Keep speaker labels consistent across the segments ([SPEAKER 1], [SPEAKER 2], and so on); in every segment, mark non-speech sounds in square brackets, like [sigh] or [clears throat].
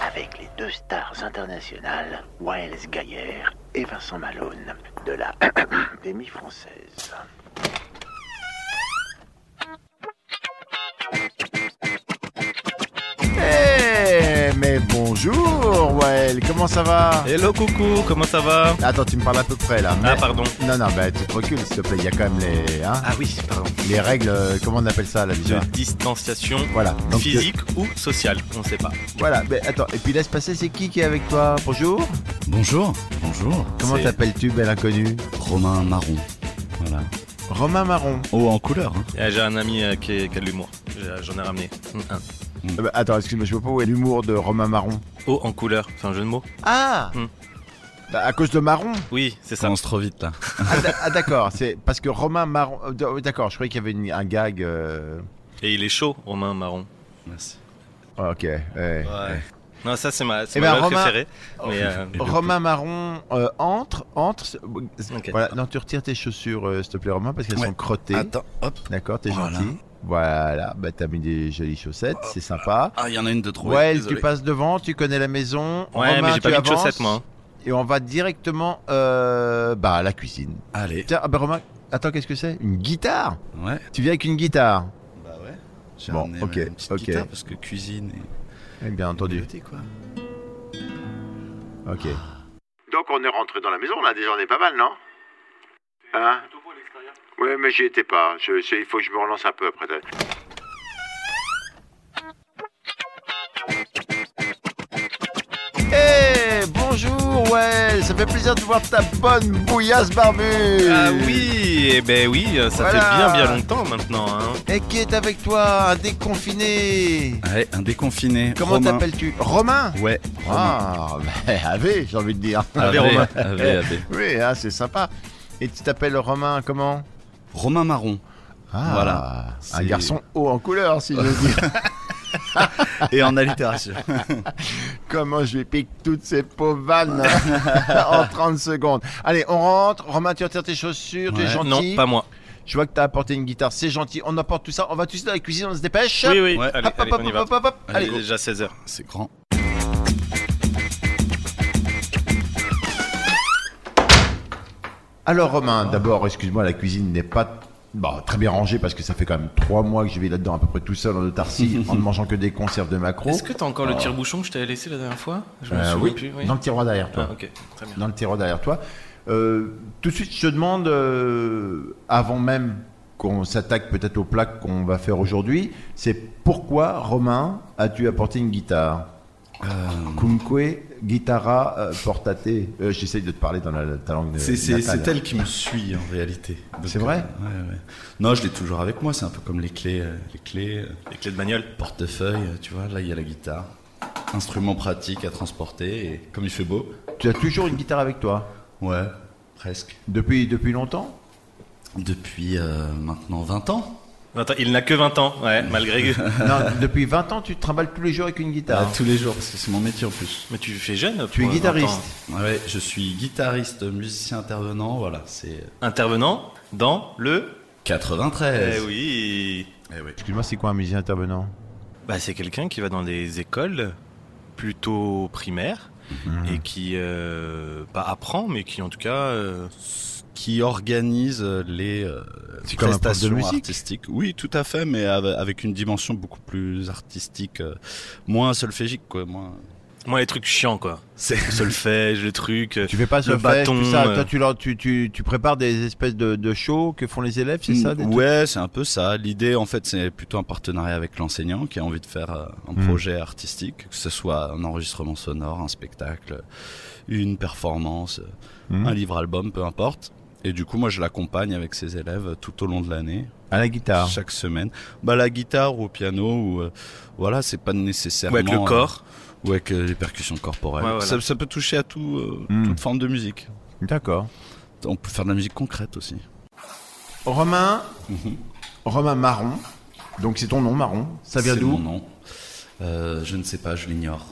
[SPEAKER 1] Avec les deux stars internationales, Waels Gaillère et Vincent Malone, de la [clears throat] Académie française.
[SPEAKER 2] Eh, mais bonjour, Wael, comment ça va
[SPEAKER 3] Hello coucou, comment ça va
[SPEAKER 2] Attends, tu me parles à peu près là.
[SPEAKER 3] Ah
[SPEAKER 2] Mais-
[SPEAKER 3] pardon.
[SPEAKER 2] Non, non, bah tu te recules, s'il te plaît, il y a quand même les, hein,
[SPEAKER 3] Ah oui, pardon.
[SPEAKER 2] les règles, euh, comment on appelle ça là
[SPEAKER 3] De
[SPEAKER 2] déjà
[SPEAKER 3] distanciation
[SPEAKER 2] Voilà. Donc,
[SPEAKER 3] physique ou sociale, on sait pas.
[SPEAKER 2] euh, voilà, mais attends, et puis laisse passer, c'est qui qui est avec toi Bonjour
[SPEAKER 4] Bonjour, bonjour,
[SPEAKER 2] Comment
[SPEAKER 3] C'est-
[SPEAKER 2] t'appelles-tu, belle inconnue
[SPEAKER 4] Romain Marron. Voilà.
[SPEAKER 2] Romain Marron.
[SPEAKER 4] Oh, en couleur. hein.
[SPEAKER 3] Eh, J'ai un ami euh, qui, est- qui a de l'humour. J'ai- J'en ai ramené un.
[SPEAKER 2] Euh, bah, attends, excuse-moi, je vois pas où est l'humour de Romain Marron.
[SPEAKER 3] Haut en couleur, c'est un jeu de mots
[SPEAKER 2] Ah
[SPEAKER 3] Hmm.
[SPEAKER 2] Bah, À cause de [laughs] Marron
[SPEAKER 3] Oui, c'est
[SPEAKER 4] Ça
[SPEAKER 3] ça.
[SPEAKER 4] avance trop vite là.
[SPEAKER 2] Ah, d- Ah d'accord, c'est parce que Romain Marron... euh, d- D'accord, je croyais qu'il y avait une- un gag... euh,
[SPEAKER 3] Et il est chaud, Romain Marron.
[SPEAKER 4] Merci.
[SPEAKER 2] oh, Ok, ouais.
[SPEAKER 3] Non, ça c'est ma, c'est
[SPEAKER 2] Eh
[SPEAKER 3] ma
[SPEAKER 2] ben,
[SPEAKER 3] blague
[SPEAKER 2] Romain-
[SPEAKER 3] préférée. Mais, euh,
[SPEAKER 4] Et le
[SPEAKER 2] Romain Marron euh, entre, entre. c'est-
[SPEAKER 3] Ok.
[SPEAKER 2] Voilà, non, tu retires tes chaussures, euh, s'il te plaît, Romain, parce qu'elles
[SPEAKER 4] Ouais.
[SPEAKER 2] sont crottées.
[SPEAKER 4] Attends, hop.
[SPEAKER 2] D'accord, t'es
[SPEAKER 4] Voilà.
[SPEAKER 2] gentil. Voilà, bah t'as mis des jolies chaussettes, c'est sympa.
[SPEAKER 4] Ah, il y en a une de trop.
[SPEAKER 2] ouais, tu passes devant, tu connais la maison.
[SPEAKER 3] Ouais,
[SPEAKER 2] Romain,
[SPEAKER 3] mais
[SPEAKER 2] tu
[SPEAKER 3] j'ai pas mis de
[SPEAKER 2] avances,
[SPEAKER 3] chaussettes moi. hein.
[SPEAKER 2] Et on va directement euh, bah, à la cuisine.
[SPEAKER 4] Allez.
[SPEAKER 2] Tiens, ah bah Romain, attends, qu'est-ce que c'est Une guitare
[SPEAKER 4] Ouais.
[SPEAKER 2] Tu viens avec une guitare
[SPEAKER 4] Bah ouais. J'ai
[SPEAKER 2] Bon,
[SPEAKER 4] ramené
[SPEAKER 2] ok,
[SPEAKER 4] ma petite
[SPEAKER 2] ok.
[SPEAKER 4] guitare parce que cuisine et
[SPEAKER 2] Eh, Bien entendu.
[SPEAKER 4] bibliothèque, quoi.
[SPEAKER 2] Ok.
[SPEAKER 1] Donc on est rentré dans la maison, là déjà on est pas mal, non Hein Ouais, mais j'y étais pas. Je- je- il faut que je me relance un peu après.
[SPEAKER 2] Eh, bonjour, ouais, ça fait plaisir de voir ta bonne bouillasse barbue.
[SPEAKER 3] Ah oui, eh ben oui, euh, ça
[SPEAKER 2] Voilà.
[SPEAKER 3] fait bien bien longtemps maintenant. hein.
[SPEAKER 2] Et qui est avec toi, un déconfiné
[SPEAKER 4] Allez, un déconfiné.
[SPEAKER 2] Comment
[SPEAKER 4] Romain.
[SPEAKER 2] t'appelles-tu Romain
[SPEAKER 4] Ouais. Romain.
[SPEAKER 2] Ah, [laughs] bah, AV, j'ai envie de dire.
[SPEAKER 3] Ave,
[SPEAKER 2] [laughs]
[SPEAKER 4] Ave,
[SPEAKER 3] Romain.
[SPEAKER 4] Ave, Ave.
[SPEAKER 2] Oui, ah, c'est sympa. Et tu t'appelles Romain comment
[SPEAKER 4] [laughs] Romain Marron.
[SPEAKER 2] ah,
[SPEAKER 4] Voilà.
[SPEAKER 2] Un
[SPEAKER 4] C'est-
[SPEAKER 2] garçon haut en couleur, si je veux
[SPEAKER 3] [laughs]
[SPEAKER 2] dire.
[SPEAKER 4] Et en [laughs] allitération.
[SPEAKER 2] Comment je lui pique toutes ces pauvres vannes hein, en 30 secondes. Allez, on rentre. Romain, tu retires tes chaussures, tu es
[SPEAKER 4] Ouais.
[SPEAKER 2] gentil.
[SPEAKER 3] Non, pas moi.
[SPEAKER 2] Je vois que t'as apporté une guitare, c'est gentil. On apporte tout ça. On va tous dans la cuisine, on se dépêche.
[SPEAKER 3] Oui, oui,
[SPEAKER 4] Ouais.
[SPEAKER 3] allez,
[SPEAKER 2] hop,
[SPEAKER 3] allez,
[SPEAKER 2] hop,
[SPEAKER 3] on y
[SPEAKER 2] hop,
[SPEAKER 3] va.
[SPEAKER 2] hop, hop, hop.
[SPEAKER 3] Il est
[SPEAKER 2] Allez,
[SPEAKER 3] déjà 16h.
[SPEAKER 4] C'est grand.
[SPEAKER 2] Alors Romain, d'abord, excuse-moi, la cuisine n'est pas bah, très bien rangée parce que ça fait quand même trois mois que je vis là-dedans à peu près tout seul en
[SPEAKER 3] [laughs]
[SPEAKER 2] autarcie en ne mangeant que des conserves de maquereaux.
[SPEAKER 3] Est-ce que t'as encore le tire-bouchon que je t'avais laissé la dernière fois Je me
[SPEAKER 2] Euh, oui,
[SPEAKER 3] souviens plus.
[SPEAKER 2] dans le tiroir derrière toi.
[SPEAKER 3] Ah, ok, très bien.
[SPEAKER 2] Dans le tiroir derrière toi. Euh, tout de suite, je te demande, euh, avant même qu'on s'attaque peut-être au plat qu'on va faire aujourd'hui, c'est pourquoi Romain as-tu apporté une guitare
[SPEAKER 4] Euh,
[SPEAKER 2] Cumque guitara euh, portate. Euh, J'essaye de te parler dans la, ta langue. de-
[SPEAKER 4] C'est- C'est
[SPEAKER 2] natale.
[SPEAKER 4] c'est elle qui me suit en réalité. Donc,
[SPEAKER 2] C'est vrai
[SPEAKER 4] euh, ouais, ouais. Non, je l'ai toujours avec moi. C'est un peu comme les clés, euh, les clés, euh,
[SPEAKER 3] Les clés de bagnole.
[SPEAKER 4] portefeuille. euh, Tu vois, là il y a la guitare, instrument pratique à transporter. Et comme il fait beau,
[SPEAKER 2] Tu as toujours une guitare avec toi
[SPEAKER 4] ouais, presque.
[SPEAKER 2] Depuis, depuis longtemps
[SPEAKER 4] Depuis euh, maintenant 20 ans.
[SPEAKER 3] Vingt ans- il n'a que 20 ans, ouais, malgré que.
[SPEAKER 5] [laughs]
[SPEAKER 2] Non, depuis 20 ans, tu te trimbales tous les jours avec une guitare.
[SPEAKER 4] Euh, tous les jours parce que c'est mon métier en plus.
[SPEAKER 3] Mais tu fais jeune.
[SPEAKER 2] tu es
[SPEAKER 3] pour un
[SPEAKER 2] guitariste.
[SPEAKER 3] 20 ans.
[SPEAKER 4] Ouais, Ouais, je suis guitariste, musicien intervenant. Voilà, c'est
[SPEAKER 3] Intervenant dans le.
[SPEAKER 4] 93.
[SPEAKER 3] Eh oui.
[SPEAKER 4] Eh oui.
[SPEAKER 2] Excuse-moi, c'est quoi un musicien intervenant
[SPEAKER 3] Bah, c'est quelqu'un qui va dans des écoles plutôt primaires et qui euh, pas apprend, mais qui en tout cas. euh,
[SPEAKER 4] qui organise euh, les euh,
[SPEAKER 2] C'est comme un prof de
[SPEAKER 4] prestations
[SPEAKER 2] musique.
[SPEAKER 4] artistiques. Oui, tout à fait, mais av- avec une dimension beaucoup plus artistique, euh, moins solfégique, quoi. Moins...
[SPEAKER 3] moi, les trucs chiants, quoi.
[SPEAKER 4] C'est-
[SPEAKER 3] Le solfège, le truc. euh,
[SPEAKER 5] Tu fais pas
[SPEAKER 3] le
[SPEAKER 5] ce fait,
[SPEAKER 3] bâton.
[SPEAKER 5] tout ça.
[SPEAKER 3] euh,
[SPEAKER 5] Toi, tu, leur- tu, tu, tu prépares des espèces de, de shows que font les élèves, c'est ça des trucs
[SPEAKER 4] Mm, Ouais, c'est un peu ça. L'idée, en fait, c'est plutôt un partenariat avec l'enseignant qui a envie de faire euh, un
[SPEAKER 5] Mm.
[SPEAKER 4] projet artistique, que ce soit un enregistrement sonore, un spectacle, une performance,
[SPEAKER 5] Mm.
[SPEAKER 4] un livre-album, peu importe. Et du coup, moi, je l'accompagne avec ses élèves tout au long de l'année,
[SPEAKER 5] À la guitare.
[SPEAKER 4] chaque semaine. Bah, la guitare ou au piano, ou euh, voilà, c'est pas nécessairement.
[SPEAKER 3] ouais, avec le
[SPEAKER 4] euh,
[SPEAKER 3] corps.
[SPEAKER 4] ou avec euh, les percussions corporelles.
[SPEAKER 3] Ouais, voilà.
[SPEAKER 4] ça, ça peut toucher à tout, euh,
[SPEAKER 5] Mm.
[SPEAKER 4] toute forme de musique.
[SPEAKER 5] D'accord.
[SPEAKER 4] On peut faire de la musique concrète aussi.
[SPEAKER 5] Romain,
[SPEAKER 4] Mhm.
[SPEAKER 5] Romain Marron. Donc c'est ton nom, Marron. Ça vient
[SPEAKER 4] C'est
[SPEAKER 5] d'où
[SPEAKER 4] mon nom. Euh, je ne sais pas, je l'ignore.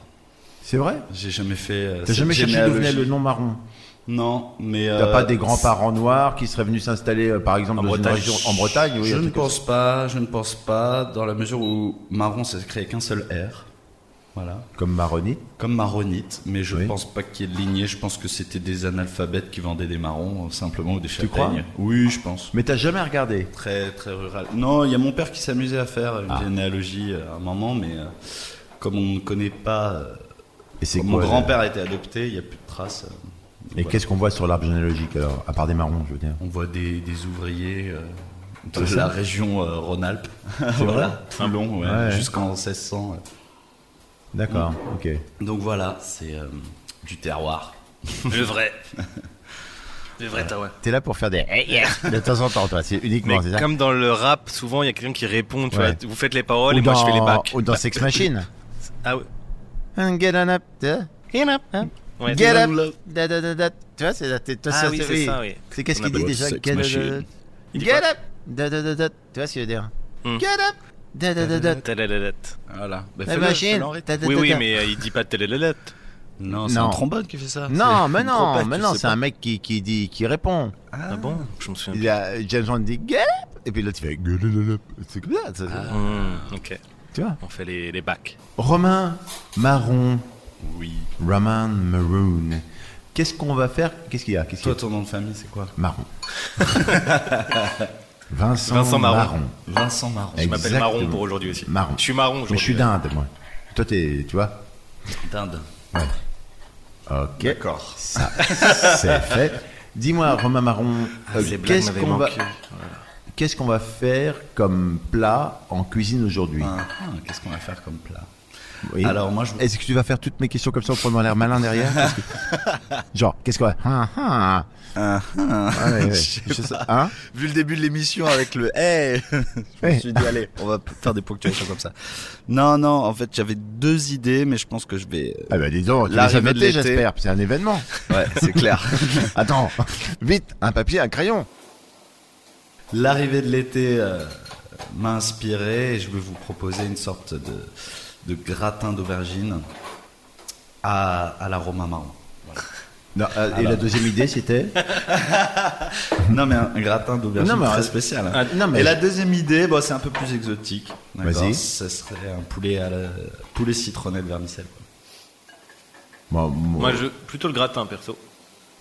[SPEAKER 5] C'est vrai
[SPEAKER 4] J'ai jamais fait. euh,
[SPEAKER 5] T'as
[SPEAKER 4] cette
[SPEAKER 5] jamais cherché d'où venait
[SPEAKER 4] généalogie.
[SPEAKER 5] le nom Marron
[SPEAKER 4] Non, mais.
[SPEAKER 5] T'as
[SPEAKER 4] euh,
[SPEAKER 5] pas des grands-parents noirs qui seraient venus s'installer, euh, par exemple,
[SPEAKER 4] en
[SPEAKER 5] dans
[SPEAKER 4] Bretagne,
[SPEAKER 5] une région en Bretagne oui,
[SPEAKER 4] Je
[SPEAKER 5] un
[SPEAKER 4] ne
[SPEAKER 5] truc comme ça.
[SPEAKER 4] pense pas, je ne pense pas, dans la mesure où marron, c'est créé qu'un seul R. Voilà.
[SPEAKER 5] Comme Maroni.
[SPEAKER 4] Comme marronite, mais je
[SPEAKER 5] Oui.
[SPEAKER 4] pense pas qu'il y ait de lignée. Je pense que c'était des analphabètes qui vendaient des marrons, euh, simplement, ou des châtaignes.
[SPEAKER 5] crois
[SPEAKER 4] oui, je pense.
[SPEAKER 5] Mais t'as jamais regardé
[SPEAKER 4] Très, très rural. Non, il y a mon père qui s'amusait à faire une
[SPEAKER 5] Ah.
[SPEAKER 4] généalogie euh, à un moment, mais euh, comme on ne connaît pas. euh,
[SPEAKER 5] Et c'est
[SPEAKER 4] comme mon
[SPEAKER 5] quoi, euh,
[SPEAKER 4] grand-père était adopté, il n'y a plus de traces. euh, donc
[SPEAKER 5] Et
[SPEAKER 4] voilà.
[SPEAKER 5] qu'est-ce qu'on voit sur l'arbre généalogique, alors, à part des marrons, je veux dire
[SPEAKER 4] On voit des, des ouvriers euh, de
[SPEAKER 5] C'est
[SPEAKER 4] la
[SPEAKER 5] ça Ah
[SPEAKER 4] région euh, Rhône-Alpes, [laughs] voilà, Toulon, ouais,
[SPEAKER 5] Ouais.
[SPEAKER 4] jusqu'en 1600.
[SPEAKER 5] D'accord, ok.
[SPEAKER 4] Mm. Donc voilà, c'est euh, du terroir.
[SPEAKER 3] Le vrai. Le vrai, t'as ouais.
[SPEAKER 5] T'es là pour faire des de temps en temps, toi, c'est
[SPEAKER 3] Mais
[SPEAKER 5] uniquement, c'est ça
[SPEAKER 3] comme dans le rap, souvent il y a quelqu'un qui répond, tu
[SPEAKER 5] Ouais.
[SPEAKER 3] vois, vous faites les paroles
[SPEAKER 5] Ou
[SPEAKER 3] et moi je fais les
[SPEAKER 5] dans-
[SPEAKER 3] bacs.
[SPEAKER 5] Ou dans
[SPEAKER 3] [laughs]
[SPEAKER 5] Sex Machine.
[SPEAKER 3] Ah ouais.
[SPEAKER 5] And Get on up, tu vois.
[SPEAKER 3] Ouais.
[SPEAKER 5] Get up, da, da, da, da. Tu vois, c'est la tête.
[SPEAKER 3] Ah oui, c'est ça, oui.
[SPEAKER 5] C'est qu'est-ce
[SPEAKER 3] On
[SPEAKER 5] qu'il
[SPEAKER 3] appelle
[SPEAKER 5] dit déjà euh,
[SPEAKER 4] Sex
[SPEAKER 5] Get,
[SPEAKER 4] Machine.
[SPEAKER 3] Il dit
[SPEAKER 5] Get
[SPEAKER 3] quoi
[SPEAKER 5] up, da, da, da, da. Tu vois ce que je veux dire
[SPEAKER 3] Hmm.
[SPEAKER 5] Get up, da, da, da, da.
[SPEAKER 3] Tadadadette.
[SPEAKER 4] Voilà. Bah,
[SPEAKER 5] La
[SPEAKER 4] fais-le,
[SPEAKER 5] machine.
[SPEAKER 4] fais-le en rythme.
[SPEAKER 5] da, da,
[SPEAKER 3] Oui,
[SPEAKER 5] da,
[SPEAKER 3] oui,
[SPEAKER 5] da.
[SPEAKER 3] mais euh, il dit pas tadadadette.
[SPEAKER 4] Non, c'est
[SPEAKER 5] Non.
[SPEAKER 4] un trombone qui fait ça.
[SPEAKER 5] Non,
[SPEAKER 4] C'est
[SPEAKER 5] mais
[SPEAKER 4] une
[SPEAKER 5] non,
[SPEAKER 4] trompette,
[SPEAKER 5] mais
[SPEAKER 4] je
[SPEAKER 5] non,
[SPEAKER 4] sais
[SPEAKER 5] c'est
[SPEAKER 4] pas.
[SPEAKER 5] un mec qui, qui dit, qui répond.
[SPEAKER 3] Ah bon Je me souviens
[SPEAKER 5] Il y a James Bond dit Get up, et puis l'autre il fait Get up. C'est comme ça, ça.
[SPEAKER 4] Ah.
[SPEAKER 3] plus. Hmm, ok,
[SPEAKER 5] Tu vois
[SPEAKER 3] on fait les, les bacs.
[SPEAKER 5] Romain Marron,
[SPEAKER 4] Oui.
[SPEAKER 5] Roman Maroon. Qu'est-ce qu'on va faire Qu'est-ce qu'il y a Qu'est-ce qu'il y
[SPEAKER 4] Toi,
[SPEAKER 5] a
[SPEAKER 4] ton nom de famille, c'est quoi
[SPEAKER 3] [laughs]
[SPEAKER 5] Marron. Vincent,
[SPEAKER 3] Vincent Marron.
[SPEAKER 5] Marron.
[SPEAKER 4] Vincent Marron.
[SPEAKER 3] Je m'appelle Marron
[SPEAKER 5] Exactement.
[SPEAKER 3] pour aujourd'hui aussi.
[SPEAKER 5] Marron.
[SPEAKER 3] Je suis marron
[SPEAKER 5] Mais
[SPEAKER 3] aujourd'hui.
[SPEAKER 5] je suis d'Inde, moi. Toi, t'es,
[SPEAKER 3] [laughs]
[SPEAKER 5] tu vois
[SPEAKER 4] Dinde.
[SPEAKER 5] Ouais. Ok.
[SPEAKER 4] D'accord.
[SPEAKER 5] Ça, c'est fait. Dis-moi, Romain Marron,
[SPEAKER 3] Ah,
[SPEAKER 5] euh,
[SPEAKER 3] ces blagues
[SPEAKER 5] qu'est-ce
[SPEAKER 3] m'avaient
[SPEAKER 5] qu'on va,
[SPEAKER 3] manqué.
[SPEAKER 5] qu'est-ce qu'on va faire comme plat en cuisine aujourd'hui
[SPEAKER 4] Ah, ah, Qu'est-ce qu'on va faire comme plat
[SPEAKER 5] Oui.
[SPEAKER 4] Alors, moi, je.
[SPEAKER 5] Est-ce que tu vas faire toutes mes questions comme ça pour me l'air
[SPEAKER 4] [laughs]
[SPEAKER 5] malin derrière Parce que- Genre, qu'est-ce qu'on va Ah, ah. Ah,
[SPEAKER 4] [laughs]
[SPEAKER 5] ouais, ouais. Je sais- hein
[SPEAKER 4] Vu le début de l'émission avec
[SPEAKER 5] [laughs]
[SPEAKER 4] le hey, [laughs] je me
[SPEAKER 5] Ouais.
[SPEAKER 4] suis dit allez, on va faire des ponctuations comme ça. Non, non, en fait j'avais deux idées, mais je pense que je vais. euh,
[SPEAKER 5] Ah bah dis donc, tu les as
[SPEAKER 4] L'arrivée de
[SPEAKER 5] notées,
[SPEAKER 4] l'été.
[SPEAKER 5] j'espère. C'est un événement.
[SPEAKER 4] Ouais, c'est clair.
[SPEAKER 5] [laughs] Attends, vite, un papier, un crayon.
[SPEAKER 4] L'arrivée de l'été euh, m'a inspiré et je vais vous proposer une sorte de, de gratin d'aubergine à, à la Romain Marron.
[SPEAKER 5] [laughs] Non, euh, et la deuxième
[SPEAKER 3] [laughs]
[SPEAKER 5] idée, c'était
[SPEAKER 4] Non mais un, un gratin d'aubergine
[SPEAKER 5] Non, mais, euh,
[SPEAKER 4] très spécial. hein.
[SPEAKER 5] ah, non, mais-
[SPEAKER 4] Et la deuxième idée, bon, c'est un peu plus exotique. d'accord
[SPEAKER 5] Vas-y.
[SPEAKER 4] Ça serait un poulet à la poulet citronné de vermicelle. quoi.
[SPEAKER 5] Bon, moi-
[SPEAKER 3] Moi, je... plutôt le gratin, perso.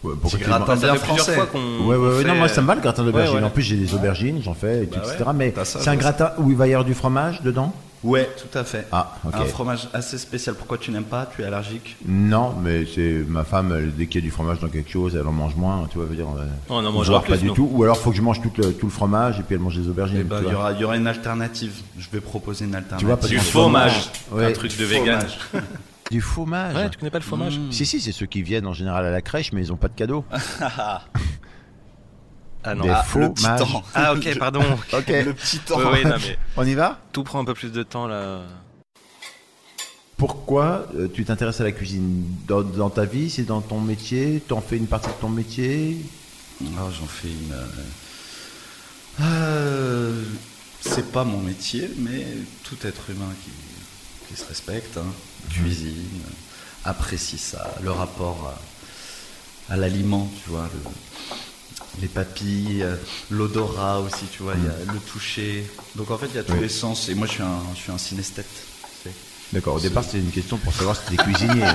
[SPEAKER 5] ouais, pourquoi tu-
[SPEAKER 4] gratin
[SPEAKER 3] Ça
[SPEAKER 4] bien
[SPEAKER 3] fait plusieurs
[SPEAKER 4] français.
[SPEAKER 3] fois qu'on.
[SPEAKER 5] Ouais, ouais, ouais.
[SPEAKER 3] qu'on
[SPEAKER 5] Non,
[SPEAKER 3] fait, euh,
[SPEAKER 5] moi, ça me va le gratin d'aubergine.
[SPEAKER 3] Ouais, ouais.
[SPEAKER 5] En plus, j'ai des aubergines, j'en fais, et tout,
[SPEAKER 4] Bah ouais,
[SPEAKER 5] etc. Mais
[SPEAKER 4] t'as ça,
[SPEAKER 5] c'est un
[SPEAKER 4] toi.
[SPEAKER 5] gratin où il va y avoir du fromage dedans
[SPEAKER 4] Ouais, tout à fait.
[SPEAKER 5] Ah, ok.
[SPEAKER 4] Un fromage assez spécial. Pourquoi tu n'aimes pas Tu es allergique
[SPEAKER 5] Non, mais c'est ma femme, elle, dès qu'il y a du fromage dans quelque chose, elle en mange moins, tu vois, veut dire. euh,
[SPEAKER 3] Oh, on en
[SPEAKER 5] ou
[SPEAKER 3] mangera
[SPEAKER 5] voire
[SPEAKER 3] plus,
[SPEAKER 5] pas du
[SPEAKER 3] nous.
[SPEAKER 5] tout. Ou alors, faut que je mange tout le, tout le fromage et puis elle mange des aubergines.
[SPEAKER 4] Eh ben,
[SPEAKER 5] tu
[SPEAKER 4] il y
[SPEAKER 5] vois.
[SPEAKER 4] aura, il y aura une alternative. Je vais proposer une alternative.
[SPEAKER 5] Tu vois, parce
[SPEAKER 3] Du
[SPEAKER 5] que-
[SPEAKER 3] fromage.
[SPEAKER 5] Ouais.
[SPEAKER 3] Un truc de vegan.
[SPEAKER 4] Fromage.
[SPEAKER 5] Du fromage.
[SPEAKER 3] Ouais, tu connais pas le fromage
[SPEAKER 4] Mmh.
[SPEAKER 5] Si, si, c'est ceux qui viennent en général à la crèche, mais ils ont pas de cadeau.
[SPEAKER 3] Ah non.
[SPEAKER 5] Des
[SPEAKER 3] Ah,
[SPEAKER 4] le
[SPEAKER 5] fromages.
[SPEAKER 4] petit temps.
[SPEAKER 3] ah, ok, pardon.
[SPEAKER 5] Ok.
[SPEAKER 4] Le petit temps.
[SPEAKER 3] Ouais, ouais, non, mais
[SPEAKER 5] On y va
[SPEAKER 3] tout prend un peu plus de temps là.
[SPEAKER 5] Pourquoi euh, tu t'intéresses à la cuisine dans, dans ta vie C'est dans ton métier T'en fais une partie de ton métier
[SPEAKER 4] Ah, j'en fais une. euh, euh, c'est pas mon métier, mais tout être humain qui, qui se respecte, hein, cuisine, euh, apprécie ça, le rapport à, à l'aliment, tu vois, le- les papilles, euh, l'odorat aussi, tu vois, il y a le toucher. Donc en fait, il y a tous les sens. Et moi, je suis un, je suis un synesthète. tu sais. [laughs]
[SPEAKER 5] D'accord, au départ c'était une question pour savoir si t'es cuisinier.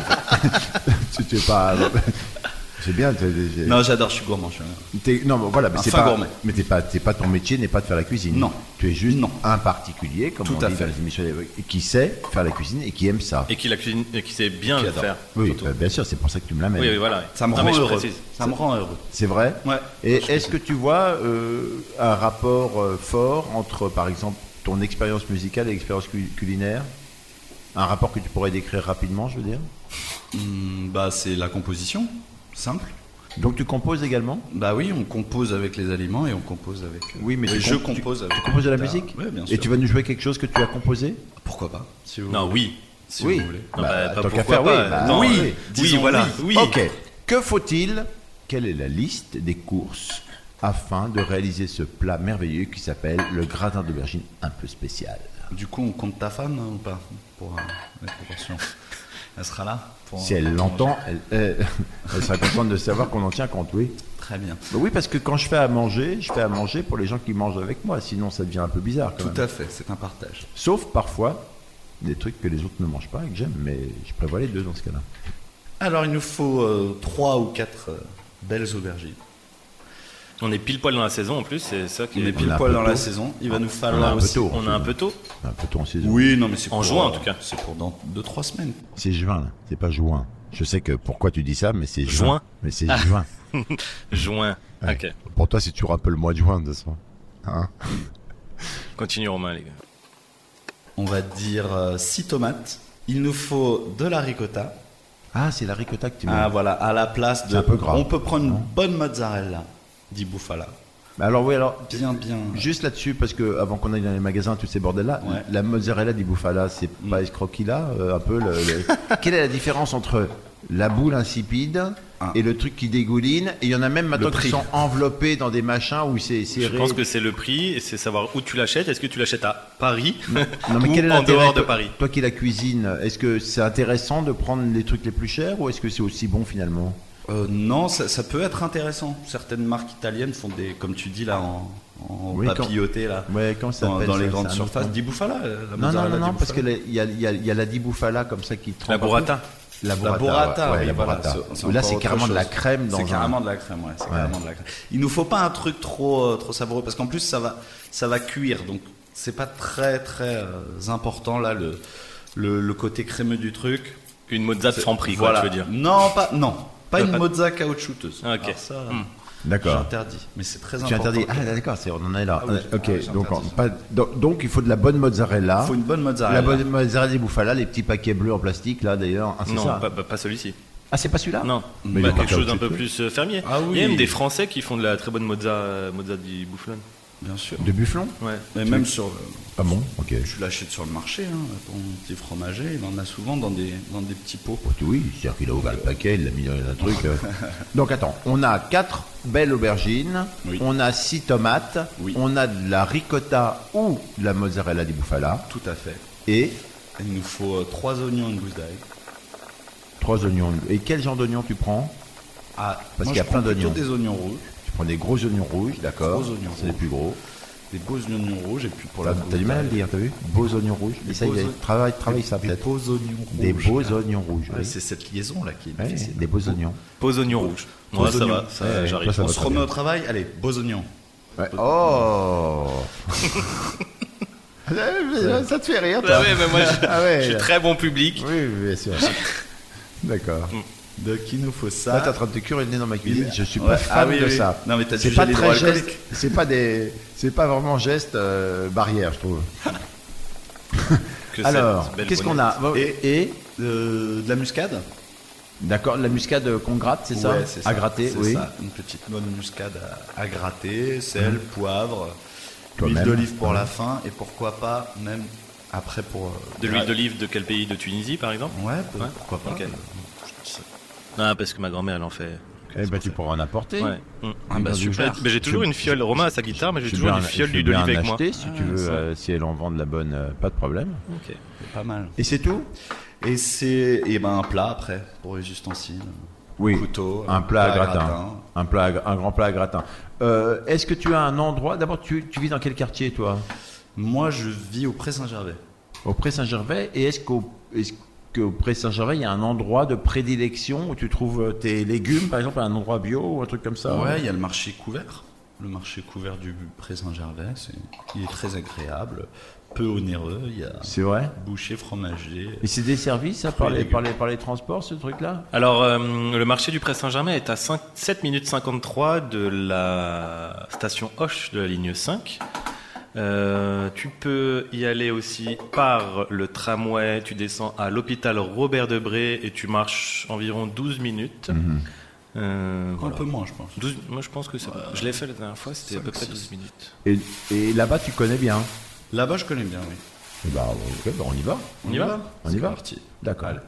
[SPEAKER 5] tu t'es pas.
[SPEAKER 6] C'est bien. t'es- t'es-
[SPEAKER 4] Non, j'adore, je suis gourmand. je suis un-
[SPEAKER 6] t'es- non, mais voilà, mais
[SPEAKER 4] Un
[SPEAKER 6] c'est
[SPEAKER 4] fin
[SPEAKER 6] pas.
[SPEAKER 4] gourmet.
[SPEAKER 6] Mais t'es pas, t'es pas ton métier n'est pas de faire la cuisine.
[SPEAKER 4] Non.
[SPEAKER 6] Tu es juste
[SPEAKER 4] Non.
[SPEAKER 6] un particulier, comme
[SPEAKER 4] Tout
[SPEAKER 6] on
[SPEAKER 4] à
[SPEAKER 6] dit
[SPEAKER 4] fait.
[SPEAKER 6] dans les émissions, et qui sait faire la cuisine et qui aime ça.
[SPEAKER 3] Et qui la cuisine, et qui sait bien
[SPEAKER 4] Qui
[SPEAKER 3] le
[SPEAKER 4] adore.
[SPEAKER 3] faire.
[SPEAKER 6] oui,
[SPEAKER 3] surtout.
[SPEAKER 6] bah, bien sûr, c'est pour ça que tu me l'amènes.
[SPEAKER 3] Oui, oui, voilà.
[SPEAKER 4] Ça me
[SPEAKER 3] Non,
[SPEAKER 4] rend
[SPEAKER 3] mais je
[SPEAKER 4] heureux.
[SPEAKER 3] précise.
[SPEAKER 4] Ça me rend heureux.
[SPEAKER 6] C'est vrai
[SPEAKER 4] Ouais.
[SPEAKER 6] Et est-ce que tu vois euh, un rapport euh, fort entre, par exemple, ton expérience musicale et l'expérience cu- culinaire Un rapport que tu pourrais décrire rapidement, je veux dire
[SPEAKER 4] Hum, bah, c'est la composition, simple.
[SPEAKER 6] Donc tu composes également
[SPEAKER 4] Bah oui, on compose avec les aliments et on compose avec. euh,
[SPEAKER 6] Oui, mais
[SPEAKER 4] et
[SPEAKER 6] tu
[SPEAKER 4] je
[SPEAKER 6] comp- tu-
[SPEAKER 4] compose avec.
[SPEAKER 6] Tu composes de la
[SPEAKER 4] guitare.
[SPEAKER 6] musique
[SPEAKER 4] Oui, bien sûr.
[SPEAKER 6] Et tu vas nous jouer quelque chose que tu as composé
[SPEAKER 4] Pourquoi pas si vous
[SPEAKER 3] Non,
[SPEAKER 4] voulez.
[SPEAKER 3] oui. Si
[SPEAKER 6] Oui.
[SPEAKER 3] vous voulez.
[SPEAKER 6] Bah,
[SPEAKER 3] Non, bah, pas
[SPEAKER 6] tant qu'à
[SPEAKER 3] pourquoi
[SPEAKER 6] faire, oui,
[SPEAKER 3] pas.
[SPEAKER 6] bah,
[SPEAKER 3] Non,
[SPEAKER 6] oui.
[SPEAKER 3] oui.
[SPEAKER 4] Disons
[SPEAKER 3] voilà.
[SPEAKER 4] oui.
[SPEAKER 3] Oui.
[SPEAKER 6] Ok. Que faut-il Quelle est la liste des courses afin de réaliser ce plat merveilleux qui s'appelle le gratin d'aubergine un peu spécial
[SPEAKER 4] Du coup, on compte ta femme hein, ou pas Pour euh, les proportions. Elle sera là pour-
[SPEAKER 6] Si elle
[SPEAKER 4] pour
[SPEAKER 6] l'entend,
[SPEAKER 4] manger.
[SPEAKER 6] elle, elle- [laughs] elle sera contente de savoir qu'on en tient compte, oui.
[SPEAKER 4] Très bien.
[SPEAKER 6] Bah oui, parce que quand je fais à manger, je fais à manger pour les gens qui mangent avec moi, sinon ça devient un peu bizarre quand
[SPEAKER 4] Tout
[SPEAKER 6] même.
[SPEAKER 4] à fait, c'est un partage.
[SPEAKER 6] Sauf parfois des trucs que les autres ne mangent pas et que j'aime, mais je prévois les deux dans ce cas-là.
[SPEAKER 4] Alors, il nous faut euh, trois ou quatre euh, belles aubergines.
[SPEAKER 3] On est pile poil dans la saison en plus, c'est ça qui
[SPEAKER 4] On est
[SPEAKER 6] on a
[SPEAKER 4] pile
[SPEAKER 6] un
[SPEAKER 4] poil
[SPEAKER 6] peu
[SPEAKER 4] dans la
[SPEAKER 6] tôt.
[SPEAKER 4] saison. Il va nous
[SPEAKER 6] On a un
[SPEAKER 4] falloir
[SPEAKER 6] peu
[SPEAKER 4] aussi.
[SPEAKER 6] tôt.
[SPEAKER 3] On est un peu tôt.
[SPEAKER 6] Un peu tôt en saison.
[SPEAKER 4] Oui, non, mais c'est
[SPEAKER 3] En
[SPEAKER 4] pour,
[SPEAKER 3] juin, en
[SPEAKER 4] euh,
[SPEAKER 3] tout cas.
[SPEAKER 4] C'est pour dans deux trois semaines.
[SPEAKER 6] C'est juin, là. c'est pas juin. Je sais que pourquoi tu dis ça, mais c'est juin.
[SPEAKER 3] Juin.
[SPEAKER 6] Mais c'est juin.
[SPEAKER 3] Juin.
[SPEAKER 6] Ouais.
[SPEAKER 3] Ok.
[SPEAKER 6] Pour toi, c'est toujours un peu le mois de juin, de soi. Hein
[SPEAKER 3] Continue Romain, les gars.
[SPEAKER 4] On va dire 6 tomates. Il nous faut de la ricotta.
[SPEAKER 6] ah, c'est la ricotta que tu
[SPEAKER 4] Ah
[SPEAKER 6] manges.
[SPEAKER 4] voilà, à la place de.
[SPEAKER 6] C'est un peu gras.
[SPEAKER 4] On peut prendre une
[SPEAKER 6] Non.
[SPEAKER 4] bonne mozzarella, dit Bouffala.
[SPEAKER 6] Bah Alors oui, alors
[SPEAKER 4] Bien, bien.
[SPEAKER 6] juste là-dessus, parce que avant qu'on aille dans les magasins, tous ces bordels-là,
[SPEAKER 4] Ouais.
[SPEAKER 6] la mozzarella di bufala, c'est pas escroquilla, euh, un peu. le- le- Quelle est la différence entre la boule insipide
[SPEAKER 4] Ah.
[SPEAKER 6] et le truc qui dégouline Et il y en a même maintenant qui
[SPEAKER 4] prix.
[SPEAKER 6] sont enveloppés dans des machins où c'est
[SPEAKER 3] Je
[SPEAKER 6] serré.
[SPEAKER 3] pense que c'est le prix et c'est savoir où tu l'achètes. Est-ce que tu l'achètes à Paris
[SPEAKER 6] Non, mais
[SPEAKER 3] [laughs] ou
[SPEAKER 6] quel est
[SPEAKER 3] en
[SPEAKER 6] l'intérêt,
[SPEAKER 3] dehors de
[SPEAKER 6] toi-
[SPEAKER 3] Paris
[SPEAKER 6] Toi qui la cuisine, est-ce que c'est intéressant de prendre les trucs les plus chers ou est-ce que c'est aussi bon finalement
[SPEAKER 4] Euh, non, ça, ça peut être intéressant. Certaines marques italiennes font des, comme tu dis là, en, en
[SPEAKER 6] Oui, quand-
[SPEAKER 4] papilloté là.
[SPEAKER 6] Ouais, comment ça
[SPEAKER 4] dans,
[SPEAKER 6] s'appelle,
[SPEAKER 4] dans
[SPEAKER 6] ça,
[SPEAKER 4] les
[SPEAKER 6] c'est
[SPEAKER 4] grandes
[SPEAKER 6] un autre
[SPEAKER 4] surfaces.
[SPEAKER 6] nom.
[SPEAKER 4] Dit Bouffala, euh, la
[SPEAKER 6] Non, non,
[SPEAKER 4] mozzarella
[SPEAKER 6] non,
[SPEAKER 4] di
[SPEAKER 6] non, parce que
[SPEAKER 4] Bouffala.
[SPEAKER 6] les- il y a, il y a- il y a la diboufala comme ça qui trempe.
[SPEAKER 3] La
[SPEAKER 6] un peu.
[SPEAKER 3] burrata.
[SPEAKER 6] La burrata.
[SPEAKER 4] La burrata,
[SPEAKER 6] ouais,
[SPEAKER 4] oui,
[SPEAKER 6] la
[SPEAKER 4] voilà,
[SPEAKER 6] burrata.
[SPEAKER 4] c'est- c'est
[SPEAKER 6] Là,
[SPEAKER 4] encore
[SPEAKER 6] c'est
[SPEAKER 4] autre
[SPEAKER 6] carrément de la
[SPEAKER 4] chose.
[SPEAKER 6] crème dans
[SPEAKER 4] C'est
[SPEAKER 6] un-
[SPEAKER 4] carrément de la crème, ouais, c'est carrément de la crème. Il nous faut pas un truc trop, euh, trop savoureux parce qu'en plus ça va, ça va cuire, donc c'est pas très très euh, important là le, le, le côté crémeux du truc.
[SPEAKER 3] Une mozza de franc prix, quoi,
[SPEAKER 4] voilà.
[SPEAKER 3] tu veux dire.
[SPEAKER 4] Non, pas non, pas
[SPEAKER 3] Euh,
[SPEAKER 4] une
[SPEAKER 3] pas-
[SPEAKER 4] mozza caoutchouteuse.
[SPEAKER 3] Ah, ok.
[SPEAKER 4] Alors ça,
[SPEAKER 6] Hmm. D'accord.
[SPEAKER 4] J'interdis, mais c'est très
[SPEAKER 6] Tu
[SPEAKER 4] important.
[SPEAKER 6] interdis. Ah, d'accord, c'est- on en est là.
[SPEAKER 4] Ah oui, j'ai-
[SPEAKER 6] ok,
[SPEAKER 4] ah oui, j'ai
[SPEAKER 6] donc,
[SPEAKER 4] interdit
[SPEAKER 6] on- pas- donc, donc, il faut de la bonne mozzarella.
[SPEAKER 4] Il faut une bonne mozzarella.
[SPEAKER 6] La bonne mozzarella di bouffala, les petits paquets bleus en plastique, là d'ailleurs. Ah, c'est
[SPEAKER 3] Non,
[SPEAKER 6] ça.
[SPEAKER 3] pas, pas- pas celui-ci.
[SPEAKER 6] Ah, c'est pas celui-là
[SPEAKER 3] Non, Bah,
[SPEAKER 6] Mais il est pas
[SPEAKER 3] quelque chose d'un peu
[SPEAKER 6] caoutchouteux.
[SPEAKER 3] plus euh, fermier.
[SPEAKER 4] Ah oui.
[SPEAKER 3] Il y a même des Français qui font de la très bonne mozza, euh, mozza di boufflone.
[SPEAKER 6] Ah,
[SPEAKER 4] Bien sûr.
[SPEAKER 6] De bufflon
[SPEAKER 3] Ouais.
[SPEAKER 4] Mais même sur le,
[SPEAKER 6] Ah bon Ok.
[SPEAKER 4] tu l'achètes sur le marché, hein, ton petit fromager, il en a souvent dans des dans des petits pots.
[SPEAKER 6] Oh, Oui, c'est-à-dire qu'il a ouvert le paquet, il l'a mis dans un truc. [laughs] euh. Donc attends, on a quatre belles aubergines,
[SPEAKER 4] Oui.
[SPEAKER 6] on a six tomates,
[SPEAKER 4] Oui.
[SPEAKER 6] on a de la ricotta ou de la mozzarella di bufala,
[SPEAKER 4] Tout à fait.
[SPEAKER 6] et
[SPEAKER 4] Il nous faut euh, trois oignons et une gousse d'ail.
[SPEAKER 6] trois oignons. Et quel genre d'oignon tu prends
[SPEAKER 4] Ah, moi,
[SPEAKER 6] parce qu'il y a
[SPEAKER 4] je prends
[SPEAKER 6] plein
[SPEAKER 4] plutôt
[SPEAKER 6] d'oignons.
[SPEAKER 4] des oignons rouges,
[SPEAKER 6] Tu prends des gros oignons rouges, d'accord
[SPEAKER 4] Gros oignons
[SPEAKER 6] C'est les
[SPEAKER 4] rouges.
[SPEAKER 6] plus gros.
[SPEAKER 4] des beaux oignons rouges et puis pour la
[SPEAKER 6] T'as
[SPEAKER 4] gousse
[SPEAKER 6] t'as du mal à le
[SPEAKER 4] d'ail,
[SPEAKER 6] dire, t'as vu Beaux oignons rouges.
[SPEAKER 4] Des
[SPEAKER 6] Essaye,
[SPEAKER 4] beaux oignons-
[SPEAKER 6] travaille, travaille ça
[SPEAKER 4] Des
[SPEAKER 6] peut-être.
[SPEAKER 4] beaux oignons rouges.
[SPEAKER 6] Des beaux oignons rouges.
[SPEAKER 4] Ouais,
[SPEAKER 6] oui.
[SPEAKER 4] c'est cette liaison là qui est
[SPEAKER 6] Ouais,
[SPEAKER 4] difficile.
[SPEAKER 6] des beaux oignons.
[SPEAKER 3] Pose oignon rouge.
[SPEAKER 4] Pose
[SPEAKER 3] Ouais, ça
[SPEAKER 4] oignon.
[SPEAKER 3] va, ça,
[SPEAKER 6] Ouais, ouais,
[SPEAKER 3] j'arrive.
[SPEAKER 6] toi, ça
[SPEAKER 4] On
[SPEAKER 6] va
[SPEAKER 4] se
[SPEAKER 6] très
[SPEAKER 4] remet
[SPEAKER 6] bien.
[SPEAKER 4] au travail. Allez, beaux oignons.
[SPEAKER 6] Ouais. Oh [laughs] Ça te fait rire, toi
[SPEAKER 3] Ah ouais, mais moi, je,
[SPEAKER 6] [laughs] Ah ouais.
[SPEAKER 3] je suis très bon public.
[SPEAKER 6] Oui, oui, bien sûr. D'accord.
[SPEAKER 4] Donc il nous faut
[SPEAKER 6] Là, t'es en
[SPEAKER 4] ça.
[SPEAKER 6] train de te curer le nez dans ma cuisine.
[SPEAKER 4] Hmm. Oui.
[SPEAKER 6] Je suis
[SPEAKER 4] Ouais.
[SPEAKER 6] pas
[SPEAKER 4] Ah
[SPEAKER 6] fan
[SPEAKER 4] oui,
[SPEAKER 6] de
[SPEAKER 4] oui.
[SPEAKER 6] ça.
[SPEAKER 4] Non, mais t'as
[SPEAKER 6] c'est
[SPEAKER 4] du
[SPEAKER 6] pas
[SPEAKER 4] gel
[SPEAKER 6] très
[SPEAKER 4] hydroalcoolique.
[SPEAKER 6] geste. C'est pas des. C'est pas vraiment geste euh, barrière, je trouve.
[SPEAKER 3] Que
[SPEAKER 6] Alors,
[SPEAKER 3] cette belle
[SPEAKER 6] qu'est-ce qu'on
[SPEAKER 3] bonnette.
[SPEAKER 6] a
[SPEAKER 5] Oh,
[SPEAKER 4] Et, et, euh, de la muscade.
[SPEAKER 6] D'accord, la muscade euh, qu'on gratte, c'est ça
[SPEAKER 4] Ouais, c'est
[SPEAKER 6] À gratter,
[SPEAKER 4] c'est
[SPEAKER 6] oui.
[SPEAKER 4] ça. Une petite bonne muscade à, à gratter, sel,
[SPEAKER 6] Mmh.
[SPEAKER 4] poivre,
[SPEAKER 6] Toi-même.
[SPEAKER 4] huile d'olive pour
[SPEAKER 6] Mmh.
[SPEAKER 4] la fin et pourquoi pas même après pour euh,
[SPEAKER 3] De l'huile d'olive de quel pays De Tunisie, par exemple
[SPEAKER 4] Ouais, peut- pourquoi pas.
[SPEAKER 3] Ok.
[SPEAKER 4] euh,
[SPEAKER 3] Non, parce que ma grand-mère, elle en fait.
[SPEAKER 6] Eh ben, tu pourras en apporter.
[SPEAKER 3] Ouais. Mm.
[SPEAKER 4] Ah bah super.
[SPEAKER 3] Mais j'ai toujours une fiole. Romain a sa guitare, mais j'ai
[SPEAKER 6] Je
[SPEAKER 3] toujours
[SPEAKER 6] vais
[SPEAKER 3] une
[SPEAKER 6] en-
[SPEAKER 3] fiole
[SPEAKER 6] je
[SPEAKER 3] d'huile
[SPEAKER 6] vais
[SPEAKER 3] d'olive
[SPEAKER 6] en
[SPEAKER 3] avec moi. Ah,
[SPEAKER 6] acheter, si tu veux, euh, si elle en vend de la bonne, euh, pas de problème.
[SPEAKER 3] Ok.
[SPEAKER 4] C'est pas mal.
[SPEAKER 6] Et c'est tout
[SPEAKER 4] Et c'est et ben un plat après pour les ustensiles.
[SPEAKER 6] Oui.
[SPEAKER 4] Couteau. euh,
[SPEAKER 6] un plat à gratin. Un, plat à gra- un grand plat à gratin. Euh, Est-ce que tu as un endroit D'abord, tu, tu vis dans quel quartier, toi
[SPEAKER 4] Moi je vis au Pré Saint-Gervais.
[SPEAKER 6] Au Pré Saint-Gervais. Et est-ce qu'au- est-ce
[SPEAKER 5] qu'au Pré Saint-Gervais, il y a un endroit de prédilection où tu trouves tes légumes, par exemple, à un endroit bio ou un truc comme
[SPEAKER 6] Ah
[SPEAKER 5] ça
[SPEAKER 4] Ouais, il y a le marché couvert. Le marché couvert du Pré Saint-Gervais, c'est- il est très agréable, peu onéreux. Il y a
[SPEAKER 5] C'est vrai
[SPEAKER 4] boucher, fromager.
[SPEAKER 5] Et c'est desservi, ça, par les,
[SPEAKER 4] légumes.
[SPEAKER 5] par, les, par les transports, ce truc-là
[SPEAKER 3] Alors, euh, le marché du Pré Saint-Germain est à 5, 7 minutes 53 de la station Hoche de la ligne 5. Euh, tu peux y aller aussi par le tramway. Tu descends à l'hôpital Robert Debré et tu marches environ 12 minutes. Euh,
[SPEAKER 4] Un
[SPEAKER 3] voilà.
[SPEAKER 4] peu moins, je pense.
[SPEAKER 3] 12 moi, je pense que c'est. Je l'ai fait la dernière fois, c'était à peu près 12 minutes.
[SPEAKER 5] Et, et là-bas, tu connais bien
[SPEAKER 4] Là-bas, je connais bien, oui.
[SPEAKER 5] Eh ben, ok, ben, on y va.
[SPEAKER 3] On y va
[SPEAKER 5] On y
[SPEAKER 4] C'est
[SPEAKER 5] va
[SPEAKER 4] parti.
[SPEAKER 5] D'accord.
[SPEAKER 4] Allez,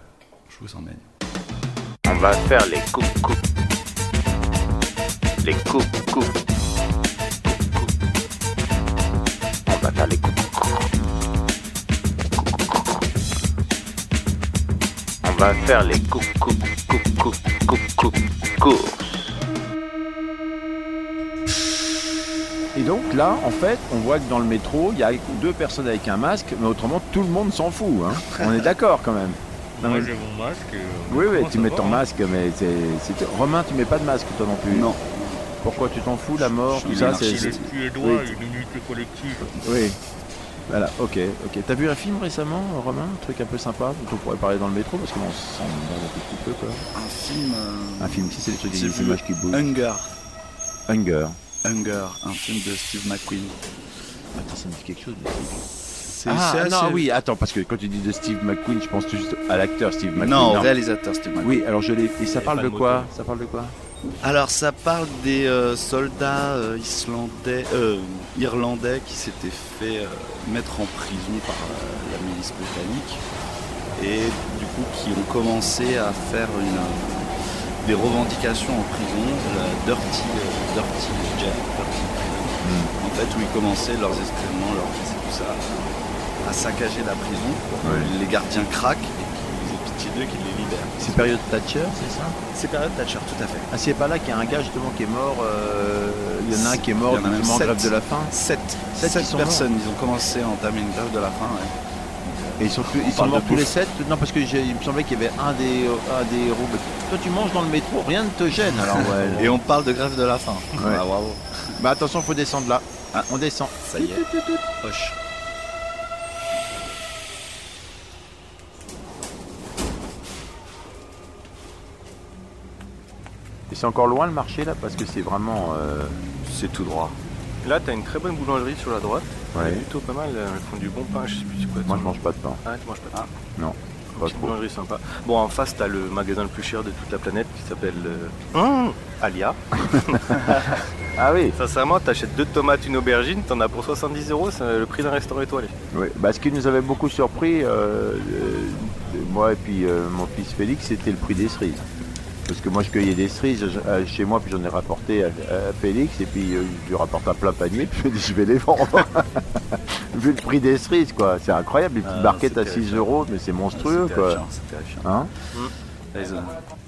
[SPEAKER 4] je vous emmène.
[SPEAKER 1] On va faire les coupes coupes. Les coupes coupes. Coupes, coupes. On va faire les coupes coupes. On va faire les coupes coupes coupes coupes coupes coupes courses.
[SPEAKER 5] Et donc là, en fait, on voit que dans le métro, il y a deux personnes avec un masque, mais autrement, tout le monde s'en fout. hein. On est d'accord quand même. Non, mais-
[SPEAKER 3] mon masque.
[SPEAKER 5] Oui, oui, tu mets ton
[SPEAKER 3] hein
[SPEAKER 5] masque, mais c'est. c'est- Romain, tu mets pas de masque toi non plus.
[SPEAKER 4] Non,
[SPEAKER 5] Pourquoi tu t'en fous, la mort, tout
[SPEAKER 4] suis
[SPEAKER 5] ça
[SPEAKER 4] marché
[SPEAKER 5] c'est- c'est-
[SPEAKER 7] Suédois, une unité collective.
[SPEAKER 5] Oui. Voilà, ok, ok. T'as vu un film récemment, Romain Un truc un peu sympa dont on pourrait parler dans le métro parce qu'on s'en branle un petit peu, quoi.
[SPEAKER 4] un film. euh,
[SPEAKER 5] Un film, si c'est le truc
[SPEAKER 4] J'ai
[SPEAKER 5] des
[SPEAKER 4] vu
[SPEAKER 5] images qui bougent.
[SPEAKER 4] Hunger.
[SPEAKER 5] Hunger.
[SPEAKER 4] Hunger, un film de Steve McQueen.
[SPEAKER 5] Attends, ça me dit quelque chose.
[SPEAKER 4] C'est c'est
[SPEAKER 5] Ah,
[SPEAKER 4] assez-
[SPEAKER 5] non, oui, attends, parce que quand tu dis de Steve McQueen, je pense tout juste à l'acteur Steve McQueen.
[SPEAKER 4] Non, réalisateur Steve McQueen.
[SPEAKER 5] Oui, alors je l'ai. Et ça
[SPEAKER 3] a
[SPEAKER 5] parle
[SPEAKER 3] pas
[SPEAKER 5] de
[SPEAKER 3] de
[SPEAKER 5] quoi Ça parle de quoi
[SPEAKER 4] Alors ça parle des euh, soldats euh, islandais, euh, irlandais qui s'étaient fait euh, mettre en prison par euh, la milice britannique et du coup qui ont commencé à faire une, euh, des revendications en prison, la dirty, euh, dirty jail, dirty prison. en fait où ils commençaient leurs excréments, leurs fils et tout ça à saccager la prison pour que les gardiens craquent et qu'ils aient pitié d'eux, qu'ils les libèrent.
[SPEAKER 5] C'est période Thatcher, c'est ça
[SPEAKER 4] C'est période Thatcher, tout à fait.
[SPEAKER 5] Ah, c'est pas là qu'il y a un gars justement qui est mort. euh, Il y en a un qui est mort
[SPEAKER 4] Il y en a même
[SPEAKER 5] justement en
[SPEAKER 4] sept.
[SPEAKER 5] grève de la faim.
[SPEAKER 4] 7,
[SPEAKER 5] Sept qui sont
[SPEAKER 4] personnes, ils ont commencé à entamer une grève de la faim. ouais.
[SPEAKER 5] Et ils sont, tous- ils sont
[SPEAKER 4] parle
[SPEAKER 5] morts
[SPEAKER 4] de
[SPEAKER 5] tous les
[SPEAKER 4] bouffe.
[SPEAKER 5] sept Non, parce que j'ai- il me semblait qu'il y avait un des, euh, un des robots. Toi, tu manges dans le métro, rien ne te gêne [laughs] alors. Ouais.
[SPEAKER 4] Et on parle de grève de la faim.
[SPEAKER 5] Ouais.
[SPEAKER 4] Ah, bravo.
[SPEAKER 5] Bah attention, faut descendre là. Hein,
[SPEAKER 4] Ah.
[SPEAKER 5] On descend.
[SPEAKER 4] Ça y est. Hoche.
[SPEAKER 5] Et c'est encore loin le marché là parce que c'est vraiment. euh,
[SPEAKER 4] C'est tout droit.
[SPEAKER 3] Là, t'as une très bonne boulangerie sur la droite.
[SPEAKER 5] Ouais.
[SPEAKER 3] Plutôt pas mal. Ils font du bon pain. Je sais plus quoi.
[SPEAKER 5] Moi, je mange pas de pain.
[SPEAKER 3] Ah, tu manges pas de pain.
[SPEAKER 5] Non. Pas
[SPEAKER 3] Petite
[SPEAKER 5] trop.
[SPEAKER 3] boulangerie sympa. Bon, en face, t'as le magasin le plus cher de toute la planète qui s'appelle euh, hum, Alia.
[SPEAKER 5] Ah oui.
[SPEAKER 3] Sincèrement, t'achètes deux tomates, une aubergine, t'en as pour 70 euros, c'est le prix d'un restaurant étoilé.
[SPEAKER 5] Oui, bah, ce qui nous avait beaucoup surpris, euh, euh, moi et puis euh, mon fils Félix, c'était le prix des cerises. Parce que moi je cueillais des cerises euh, chez moi, puis j'en ai rapporté à, à Félix, et puis euh, je lui rapporte un plein panier, [laughs] puis je lui dis je vais les vendre. [laughs] Vu le prix des cerises, quoi, c'est incroyable, les petites
[SPEAKER 4] Ah,
[SPEAKER 5] barquettes
[SPEAKER 4] c'est
[SPEAKER 5] à 6
[SPEAKER 4] terrifiant.
[SPEAKER 5] euros, mais c'est monstrueux,
[SPEAKER 4] C'est
[SPEAKER 5] quoi.
[SPEAKER 4] terrifiant, c'est terrifiant.
[SPEAKER 5] Hein
[SPEAKER 4] Ils ont-